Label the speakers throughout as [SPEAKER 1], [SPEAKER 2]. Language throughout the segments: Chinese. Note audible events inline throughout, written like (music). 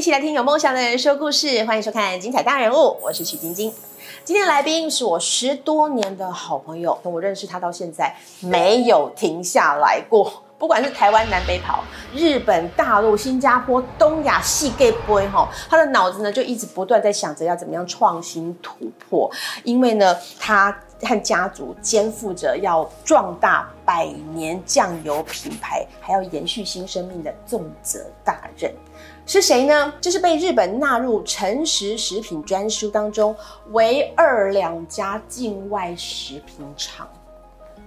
[SPEAKER 1] 起来听有梦想的人说故事，欢迎收看《精彩大人物》，我是许晶晶。今天来宾是我十多年的好朋友，从我认识他到现在没有停下来过。不管是台湾南北跑、日本、大陆、新加坡、东亚系 gay boy 哈，他的脑子呢就一直不断在想着要怎么样创新突破，因为呢他。和家族肩负着要壮大百年酱油品牌，还要延续新生命的重责大任，是谁呢？这是被日本纳入诚实食品专书当中唯二两家境外食品厂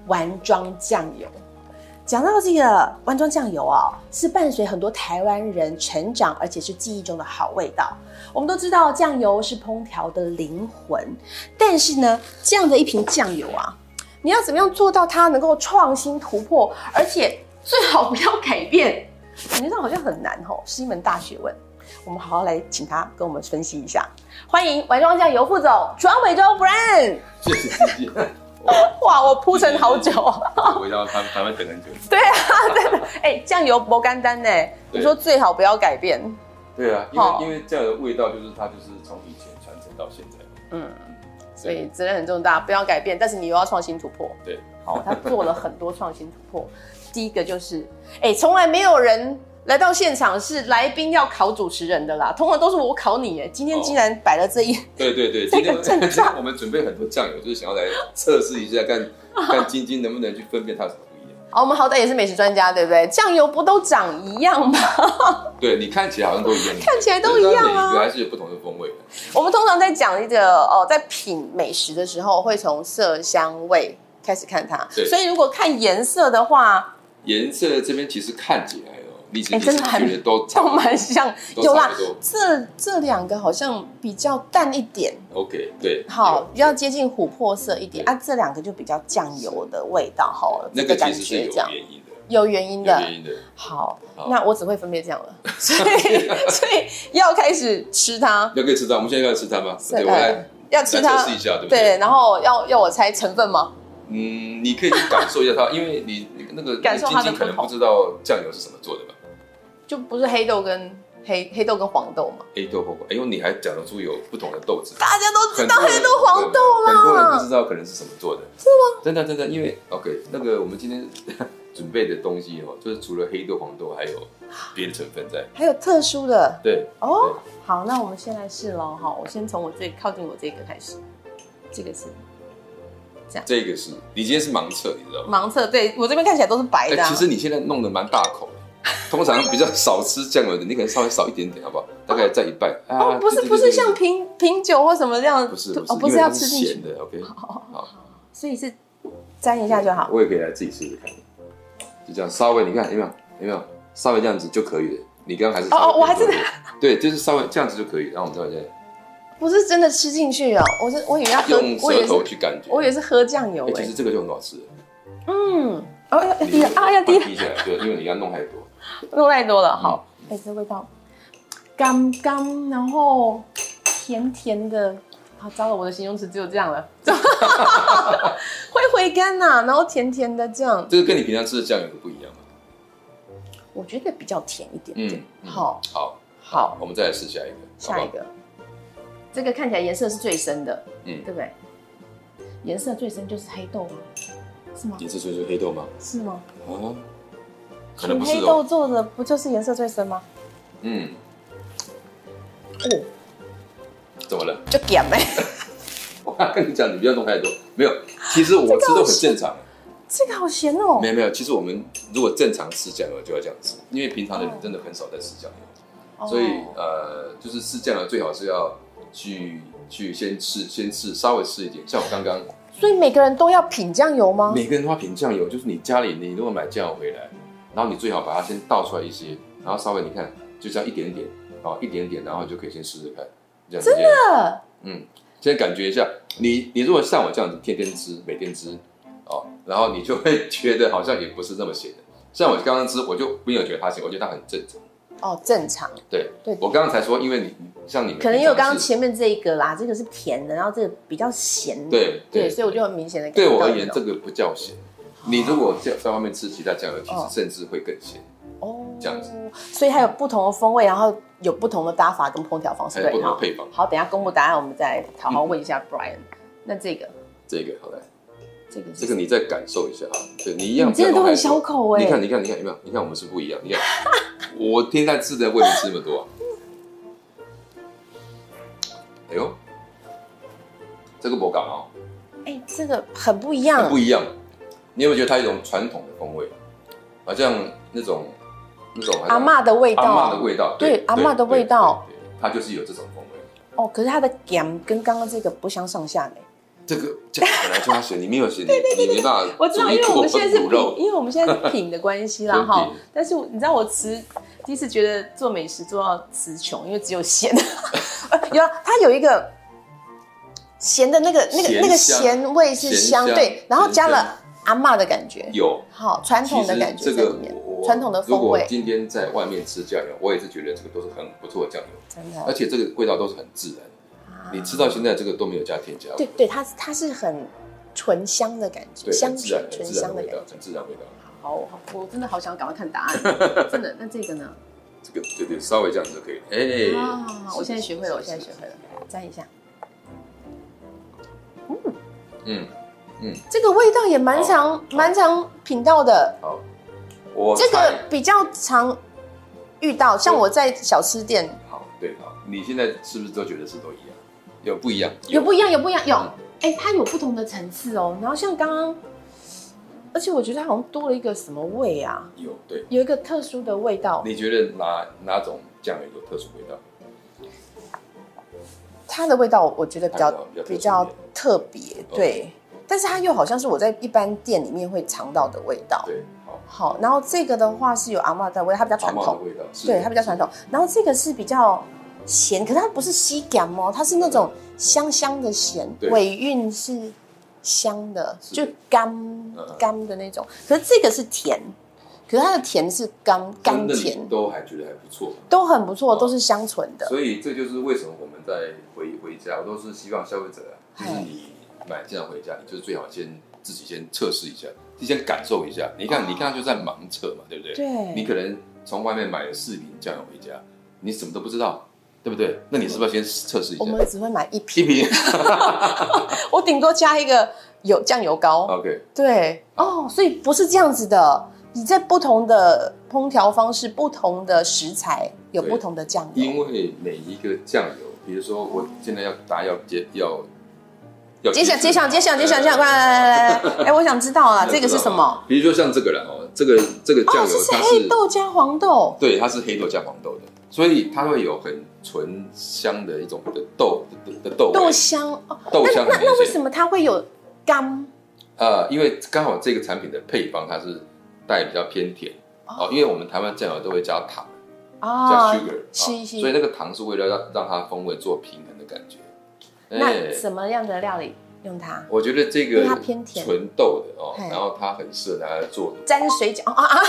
[SPEAKER 1] 丸庄酱油。讲到这个丸庄酱油啊、哦，是伴随很多台湾人成长，而且是记忆中的好味道。我们都知道酱油是烹调的灵魂，但是呢，这样的一瓶酱油啊，你要怎么样做到它能够创新突破，而且最好不要改变？感觉上好像很难哦，是一门大学问。我们好好来请他跟我们分析一下。欢迎丸庄酱油副总庄伟洲 Brand。
[SPEAKER 2] 谢谢谢谢，
[SPEAKER 1] 哇，我铺陈好久。
[SPEAKER 2] 我要他们他们等很久。
[SPEAKER 1] 对啊，真的，哎、酱油不干单呢。你说最好不要改变。
[SPEAKER 2] 对啊，因
[SPEAKER 1] 好
[SPEAKER 2] 为因为这样的味道就是它就是从以前传承到现在。
[SPEAKER 1] 嗯，所以责任很重大，不要改变，但是你又要创新突破。
[SPEAKER 2] 对，
[SPEAKER 1] 好，他做了很多创新突破。第一个就是，哎、从来没有人来到现场是来宾要考主持人的啦，通常都是我考你哎，今天竟然摆了这一，
[SPEAKER 2] 对对对，
[SPEAKER 1] 这
[SPEAKER 2] 今
[SPEAKER 1] 个阵
[SPEAKER 2] 天
[SPEAKER 1] 仗
[SPEAKER 2] (laughs) 今天我们准备很多酱油，就是想要来测试一下，
[SPEAKER 1] (laughs)
[SPEAKER 2] 看看晶晶能不能去分辨它有什么不一样。
[SPEAKER 1] 哦好，我们好歹也是美食专家，对不对？酱油不都长一样
[SPEAKER 2] (laughs)
[SPEAKER 1] 吗？
[SPEAKER 2] 对你看起来好像都一样，
[SPEAKER 1] 看起来都一样啊
[SPEAKER 2] 但是它每一个还是有不同的风味的。
[SPEAKER 1] 我们通常在讲一个哦，在品美食的时候，会从色香味开始看它，
[SPEAKER 2] 对
[SPEAKER 1] 所以如果看颜色的话，
[SPEAKER 2] 颜色这边其实看起来哦，历史
[SPEAKER 1] 哎
[SPEAKER 2] 历史
[SPEAKER 1] 真的还
[SPEAKER 2] 觉得都差
[SPEAKER 1] 都
[SPEAKER 2] 不多
[SPEAKER 1] 蛮像，
[SPEAKER 2] 都
[SPEAKER 1] 有啦
[SPEAKER 2] 差不多，
[SPEAKER 1] 这这两个好像比较淡一点，
[SPEAKER 2] OK，对，
[SPEAKER 1] 好，比较接近琥珀色一点啊，这两个就比较酱油的味道哈，
[SPEAKER 2] 那
[SPEAKER 1] 这
[SPEAKER 2] 个
[SPEAKER 1] 感
[SPEAKER 2] 其实是
[SPEAKER 1] 觉
[SPEAKER 2] 有
[SPEAKER 1] 这样
[SPEAKER 2] 原因的，
[SPEAKER 1] 有原因
[SPEAKER 2] 有
[SPEAKER 1] 的。
[SPEAKER 2] 原因的。
[SPEAKER 1] 好，
[SPEAKER 2] 好
[SPEAKER 1] 那我只会分辨这
[SPEAKER 2] (laughs)
[SPEAKER 1] 样了， (laughs) 所以所以要开始吃它，
[SPEAKER 2] 要可以吃它，我们现在要吃它吗？
[SPEAKER 1] 是
[SPEAKER 2] 对，我来
[SPEAKER 1] 要
[SPEAKER 2] 来
[SPEAKER 1] 吃它
[SPEAKER 2] 测，试一下，对不
[SPEAKER 1] 对，？然后要要我猜成分吗？
[SPEAKER 2] 嗯，你可以去感受一下它，因为你你那个
[SPEAKER 1] 感受它的
[SPEAKER 2] 晶晶可能
[SPEAKER 1] 不同
[SPEAKER 2] 不知道酱油是怎么做的吧？
[SPEAKER 1] 就不是黑豆跟黑黑豆跟黄豆嘛，
[SPEAKER 2] 黑豆或哎呦，你还讲得出有不同的豆子？
[SPEAKER 1] 大家都知道
[SPEAKER 2] 很多人
[SPEAKER 1] 黑豆黄豆啊
[SPEAKER 2] 对很多人不
[SPEAKER 1] 啦，
[SPEAKER 2] 知道可能是什么做的，是吗？真的真的，因为 OK，那个我们今天准备的东西哦，就是除了黑豆、黄豆，还有别的成分在。
[SPEAKER 1] 还有特殊的
[SPEAKER 2] 对，
[SPEAKER 1] 哦。好，那我们先来试喽，哈，我先从我最靠近我这个开始，这个是
[SPEAKER 2] 这个是你今天是盲测，你知道吗？
[SPEAKER 1] 盲测，对我这边看起来都是白
[SPEAKER 2] 哎、
[SPEAKER 1] 的、啊
[SPEAKER 2] 其实你现在弄得蛮大口的。通常比较少吃酱油的，你可能稍微少一点点，好不好？大概在一半。
[SPEAKER 1] 哦，
[SPEAKER 2] 啊
[SPEAKER 1] 不是
[SPEAKER 2] 对对对
[SPEAKER 1] 不是
[SPEAKER 2] 对
[SPEAKER 1] 像品品酒或什么这样，
[SPEAKER 2] 不是
[SPEAKER 1] 哦，
[SPEAKER 2] 不
[SPEAKER 1] 不是
[SPEAKER 2] 是，因为
[SPEAKER 1] 要
[SPEAKER 2] 它是
[SPEAKER 1] 吃进去
[SPEAKER 2] 咸，的。OK，好，
[SPEAKER 1] 所以是沾一下就好。
[SPEAKER 2] 我也可以来自己试试看，就这样稍微，你看有没有有没有稍微这样子就可以了。你刚刚还是稍微
[SPEAKER 1] 哦哦我还真的
[SPEAKER 2] 对，就是稍微这样子就可以。然后我们再来
[SPEAKER 1] 不是真的吃进去哦，我是我以为要喝
[SPEAKER 2] 用，
[SPEAKER 1] 我以为
[SPEAKER 2] 舌头
[SPEAKER 1] 是
[SPEAKER 2] 去感觉。
[SPEAKER 1] 我以为是喝酱油
[SPEAKER 2] 哎
[SPEAKER 1] 哎、
[SPEAKER 2] 其实这个就很好吃。
[SPEAKER 1] 嗯，哦要
[SPEAKER 2] 你
[SPEAKER 1] 滴了 (laughs) 啊要滴了，
[SPEAKER 2] 滴下来，对，因为你刚刚弄太多。嗯
[SPEAKER 1] 弄太多了，好，哎、这味道干干，然后甜甜的。啊，糟了，我的形容词只有这样了，会回甘呐、然后甜甜的这样，
[SPEAKER 2] 这个跟你平常吃的酱油不一样嘛？
[SPEAKER 1] 我觉得比较甜一点点
[SPEAKER 2] 嗯。，嗯
[SPEAKER 1] 好，
[SPEAKER 2] 好，
[SPEAKER 1] 好，
[SPEAKER 2] 我们再来试下一个，
[SPEAKER 1] 下一
[SPEAKER 2] 好不好。
[SPEAKER 1] 个，这个看起来颜色是最深的，
[SPEAKER 2] 嗯
[SPEAKER 1] 对不对？颜色最深就是黑豆吗？是吗？
[SPEAKER 2] 你是说是黑豆吗？
[SPEAKER 1] 是吗？
[SPEAKER 2] 啊，可能不是
[SPEAKER 1] 黑豆
[SPEAKER 2] 哦。
[SPEAKER 1] 做的不就是颜色最深吗？
[SPEAKER 2] 嗯，
[SPEAKER 1] 哦，
[SPEAKER 2] 怎么了？
[SPEAKER 1] 就点呗。
[SPEAKER 2] 我跟你讲，你不要弄太多。没有，其实我吃都很正常。
[SPEAKER 1] 这个好咸哦
[SPEAKER 2] 没。有没有，其实我们如果正常吃酱油就要这样吃，因为平常的人真的很少在吃酱油，
[SPEAKER 1] 哦
[SPEAKER 2] 所以呃，就是吃酱油最好是要去去先吃先吃稍微吃一点。像我刚刚，
[SPEAKER 1] 所以每个人都要品酱油吗？
[SPEAKER 2] 每个人都要品酱油，就是你家里你如果买酱油回来，然后你最好把它先倒出来一些，然后稍微你看就这样一点点哦，一点点，然后就可以先试试看，这样真的，
[SPEAKER 1] 呃
[SPEAKER 2] 嗯，先感觉一下。你你如果像我这样子天天吃，每天吃，哦，然后你就会觉得好像也不是那么咸的。像我刚刚吃，我就没有觉得它咸，我觉得它很正常。
[SPEAKER 1] 哦，正常，
[SPEAKER 2] 对，
[SPEAKER 1] 对
[SPEAKER 2] 我刚刚才说，因为你像你们
[SPEAKER 1] 可能因为我刚刚
[SPEAKER 2] 平常是
[SPEAKER 1] 前面这一个啦，这个是甜的，然后这个比较咸的，
[SPEAKER 2] 对
[SPEAKER 1] 对，
[SPEAKER 2] 对
[SPEAKER 1] 所以我就很明显的
[SPEAKER 2] 对我而言这个不叫咸。你如果在在外面吃其他酱油，其实
[SPEAKER 1] 哦
[SPEAKER 2] 甚至会更咸。
[SPEAKER 1] 哦
[SPEAKER 2] 这样子，
[SPEAKER 1] 所以它有不同的风味，然后有不同的搭法跟烹调方式，
[SPEAKER 2] 还有不
[SPEAKER 1] 对
[SPEAKER 2] 同哎的
[SPEAKER 1] 哈。
[SPEAKER 2] 配嗯方。
[SPEAKER 1] 好，等一下公布答案，我们再好好问一下 Brian。那这个，
[SPEAKER 2] 这个好来，
[SPEAKER 1] 这个是，
[SPEAKER 2] 这个你再感受一下啊，对你一样，
[SPEAKER 1] 你真的都很小
[SPEAKER 2] 小
[SPEAKER 1] 口哎、
[SPEAKER 2] 你看，你看，你看，有没有？你看我们是不一样。你看，我天天吃的未必吃那么多、啊。哎呦，这个我感哦，
[SPEAKER 1] 哎、这个很不一样，
[SPEAKER 2] 很不一样。你有没有觉得它有一种传统的风味，好像那种那种
[SPEAKER 1] 阿嬷的味道，
[SPEAKER 2] 阿嬷的味道，
[SPEAKER 1] 对阿嬷的味道，
[SPEAKER 2] 对对对它就是有这种风味。
[SPEAKER 1] 哦，可是它的感跟刚刚这个不相上下呢。
[SPEAKER 2] 这个这个本来就要选，你没有选，你你没办法
[SPEAKER 1] (laughs) 我知道，
[SPEAKER 2] 煮
[SPEAKER 1] 因
[SPEAKER 2] 一
[SPEAKER 1] 为我
[SPEAKER 2] 锅
[SPEAKER 1] 们现在是
[SPEAKER 2] 卤肉
[SPEAKER 1] 品，因为我们现在是品的关系
[SPEAKER 2] (laughs)
[SPEAKER 1] 啦
[SPEAKER 2] 真品
[SPEAKER 1] 哈。但是你知道我词第一次觉得做美食做到词穷，因为只有咸。 (laughs) 呃有啊它有一个咸的那个那个
[SPEAKER 2] 咸
[SPEAKER 1] 那个
[SPEAKER 2] 香
[SPEAKER 1] 咸味是香，
[SPEAKER 2] 咸香
[SPEAKER 1] 对，然后加
[SPEAKER 2] 咸
[SPEAKER 1] 了
[SPEAKER 2] 香
[SPEAKER 1] 阿嬷的感觉，
[SPEAKER 2] 有
[SPEAKER 1] 好传
[SPEAKER 2] 其
[SPEAKER 1] 统
[SPEAKER 2] 实
[SPEAKER 1] 的感觉
[SPEAKER 2] 这
[SPEAKER 1] 在里
[SPEAKER 2] 个
[SPEAKER 1] 面，
[SPEAKER 2] 我
[SPEAKER 1] 传统的
[SPEAKER 2] 如
[SPEAKER 1] 风
[SPEAKER 2] 果
[SPEAKER 1] 味，
[SPEAKER 2] 今天在外面吃酱油，我也是觉得这个都是很不错的酱油，
[SPEAKER 1] 真
[SPEAKER 2] 而
[SPEAKER 1] 的。
[SPEAKER 2] 且这个味道都是很自然。你吃到现在这个都没有加添加物，
[SPEAKER 1] 啊对对，它它是很醇香的感觉，
[SPEAKER 2] 对，
[SPEAKER 1] 香
[SPEAKER 2] 很自然
[SPEAKER 1] 醇，
[SPEAKER 2] 很
[SPEAKER 1] 醇
[SPEAKER 2] 自然
[SPEAKER 1] 香
[SPEAKER 2] 的
[SPEAKER 1] 的
[SPEAKER 2] 味
[SPEAKER 1] 感
[SPEAKER 2] 道
[SPEAKER 1] 觉，。
[SPEAKER 2] 很自然味道。
[SPEAKER 1] 好，我好我真的好想赶快看答
[SPEAKER 2] (laughs)
[SPEAKER 1] 案，真的。那这个呢？
[SPEAKER 2] 这个对对，稍微这样就可以。哎，
[SPEAKER 1] 啊，
[SPEAKER 2] 是
[SPEAKER 1] 我现在学会了，我
[SPEAKER 2] 是
[SPEAKER 1] 现在学会了，沾一下。
[SPEAKER 2] 嗯，
[SPEAKER 1] 这个味道也蛮常蛮常品到的，
[SPEAKER 2] 好，我
[SPEAKER 1] 这
[SPEAKER 2] 猜
[SPEAKER 1] 个比较常遇到，像我在小吃店
[SPEAKER 2] 好，对好，你现在是不是都觉得是都一样？有不一样？
[SPEAKER 1] 有不一样，有不一样，有
[SPEAKER 2] 嗯，
[SPEAKER 1] 哎、它有不同的层次哦。然后像刚刚，而且我觉得它好像多了一个什么味啊，
[SPEAKER 2] 有对。
[SPEAKER 1] 有一个特殊的味道，
[SPEAKER 2] 你觉得哪哪种酱油有特殊味道？
[SPEAKER 1] 它的味道我觉得比较
[SPEAKER 2] 它的
[SPEAKER 1] 比
[SPEAKER 2] 味道比较
[SPEAKER 1] 较特别，
[SPEAKER 2] 哦
[SPEAKER 1] 对。但是它又好像是我在一般店里面会尝到的味道。
[SPEAKER 2] 对，好，
[SPEAKER 1] 好，然后这个的话是有阿嬷的味，它比较
[SPEAKER 2] 阿
[SPEAKER 1] 传
[SPEAKER 2] 嬷
[SPEAKER 1] 统
[SPEAKER 2] 的。味道是
[SPEAKER 1] 对，它比较传统。然后这个是比较咸，可是它不是西感哦，它是那种香香的咸，
[SPEAKER 2] 对
[SPEAKER 1] 尾韵是香的，
[SPEAKER 2] 是
[SPEAKER 1] 就甘
[SPEAKER 2] 嗯
[SPEAKER 1] 甘的那种。可是这个是甜，可是它的甜是甘甘
[SPEAKER 2] 真的你
[SPEAKER 1] 甜，
[SPEAKER 2] 都还觉得还不错。
[SPEAKER 1] 都很不错，
[SPEAKER 2] 嗯
[SPEAKER 1] 都是香醇的。
[SPEAKER 2] 所以这就是为什么我们在回回家，我都是希望消费者啊，就
[SPEAKER 1] 嗨
[SPEAKER 2] 是你买这样回家，你就最好先自己先测试一下，先感受一下。你看，
[SPEAKER 1] 哦
[SPEAKER 2] 你刚刚就在盲测嘛，对不对？
[SPEAKER 1] 对
[SPEAKER 2] 你可能从外面买了四瓶酱油回家，你什么都不知道，对不对？那你是不是要先测试一
[SPEAKER 1] 我？
[SPEAKER 2] 下
[SPEAKER 1] 们只会买一
[SPEAKER 2] 一
[SPEAKER 1] 瓶，
[SPEAKER 2] 瓶 (laughs)
[SPEAKER 1] 我顶多加一个有酱油膏。
[SPEAKER 2] ，OK，
[SPEAKER 1] 对哦，所以不是这样子的。你在不同的烹调方式、不同的食材，有
[SPEAKER 2] 对
[SPEAKER 1] 不同的酱油。
[SPEAKER 2] 因为每一个酱油，比如说我现在要答要接要要
[SPEAKER 1] 揭晓揭晓揭晓揭晓揭晓！
[SPEAKER 2] 这样
[SPEAKER 1] 快来来来来！哎，我想知道啊，这个是什么？？
[SPEAKER 2] 比如说像这个了哦，这个这个酱
[SPEAKER 1] 哦，
[SPEAKER 2] 油
[SPEAKER 1] 这是
[SPEAKER 2] 它
[SPEAKER 1] 黑豆加黄豆，
[SPEAKER 2] 对，它是黑豆加黄豆的，所以它会有很醇香的一种的豆的的豆味
[SPEAKER 1] 豆香哦。
[SPEAKER 2] 豆
[SPEAKER 1] 那
[SPEAKER 2] 香
[SPEAKER 1] 那
[SPEAKER 2] 很
[SPEAKER 1] 那为
[SPEAKER 2] 明
[SPEAKER 1] 什
[SPEAKER 2] 显。
[SPEAKER 1] 么它会有甘？
[SPEAKER 2] 呃，因为刚好这个产品的配方它是带比较偏甜哦，因为我们台湾酱油都会加糖加
[SPEAKER 1] 啊
[SPEAKER 2] sugar，、哦
[SPEAKER 1] 是是
[SPEAKER 2] 所以那个糖是为了让让它风味做平衡的感觉。哎
[SPEAKER 1] 那什么样的料理用它？
[SPEAKER 2] 我觉得这
[SPEAKER 1] 因
[SPEAKER 2] 个
[SPEAKER 1] 为它偏甜
[SPEAKER 2] 纯豆的哦
[SPEAKER 1] 嘿，
[SPEAKER 2] 然后它很适合拿来做
[SPEAKER 1] 沾水饺啊啊！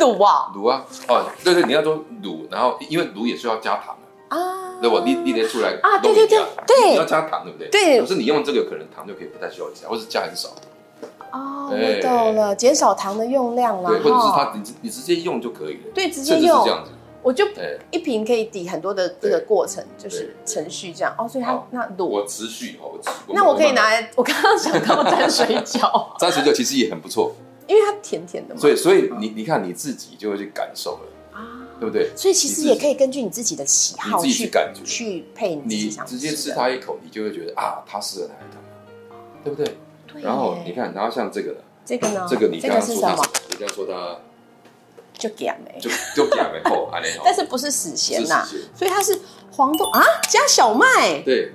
[SPEAKER 1] 卤啊
[SPEAKER 2] 卤啊，哦，对对，你要做卤，然后因为卤也是要加糖的。
[SPEAKER 1] 啊！
[SPEAKER 2] 那我立立得出来
[SPEAKER 1] 啊
[SPEAKER 2] 弄
[SPEAKER 1] 对对
[SPEAKER 2] 一下
[SPEAKER 1] 对对
[SPEAKER 2] 你要加糖对不对？
[SPEAKER 1] 对
[SPEAKER 2] 可是你用这个可能糖就可以不太需要加，或是加很少，
[SPEAKER 1] 哦，
[SPEAKER 2] 哎
[SPEAKER 1] 我懂了，减少糖的用量啦
[SPEAKER 2] 对，或者是
[SPEAKER 1] 哈。
[SPEAKER 2] 它你直你直接用就可以了，
[SPEAKER 1] 对，直接
[SPEAKER 2] 甚至是这
[SPEAKER 1] 用，
[SPEAKER 2] 样子，
[SPEAKER 1] 我就
[SPEAKER 2] 哎，
[SPEAKER 1] 一瓶可以抵很多的这个
[SPEAKER 2] 对
[SPEAKER 1] 过程，就是
[SPEAKER 2] 对
[SPEAKER 1] 程序这样哦。所以它
[SPEAKER 2] 好
[SPEAKER 1] 那卤，
[SPEAKER 2] 我持续哦，我持
[SPEAKER 1] 那我可以
[SPEAKER 2] 慢慢
[SPEAKER 1] 拿来，我刚刚想
[SPEAKER 2] (laughs)
[SPEAKER 1] 到沾水饺。
[SPEAKER 2] 三十九，其实也很不错，
[SPEAKER 1] 因为它甜甜的嘛。
[SPEAKER 2] 所以所以你你看你自己就会去感受了，
[SPEAKER 1] 啊，
[SPEAKER 2] 对不对？
[SPEAKER 1] 所以其实
[SPEAKER 2] 你自己
[SPEAKER 1] 也可以根据你自己的喜好
[SPEAKER 2] 你自己
[SPEAKER 1] 去
[SPEAKER 2] 去感觉
[SPEAKER 1] 去配你自己
[SPEAKER 2] 你
[SPEAKER 1] 想
[SPEAKER 2] 直接吃
[SPEAKER 1] 的
[SPEAKER 2] 它一口，你就会觉得啊，它适合拿来干嘛，对不对？
[SPEAKER 1] 对耶
[SPEAKER 2] 然后你看，然后像这个呢，
[SPEAKER 1] 这个呢，
[SPEAKER 2] 这个你
[SPEAKER 1] 这
[SPEAKER 2] 刚刚
[SPEAKER 1] 个是
[SPEAKER 2] 说
[SPEAKER 1] 什
[SPEAKER 2] 它
[SPEAKER 1] 么？，
[SPEAKER 2] 你刚刚说它
[SPEAKER 1] 就咸梅，
[SPEAKER 2] 就就两个口，安利哦
[SPEAKER 1] 但是不是死咸呐
[SPEAKER 2] 是死咸？
[SPEAKER 1] 所以它是黄豆啊加小麦，
[SPEAKER 2] 对，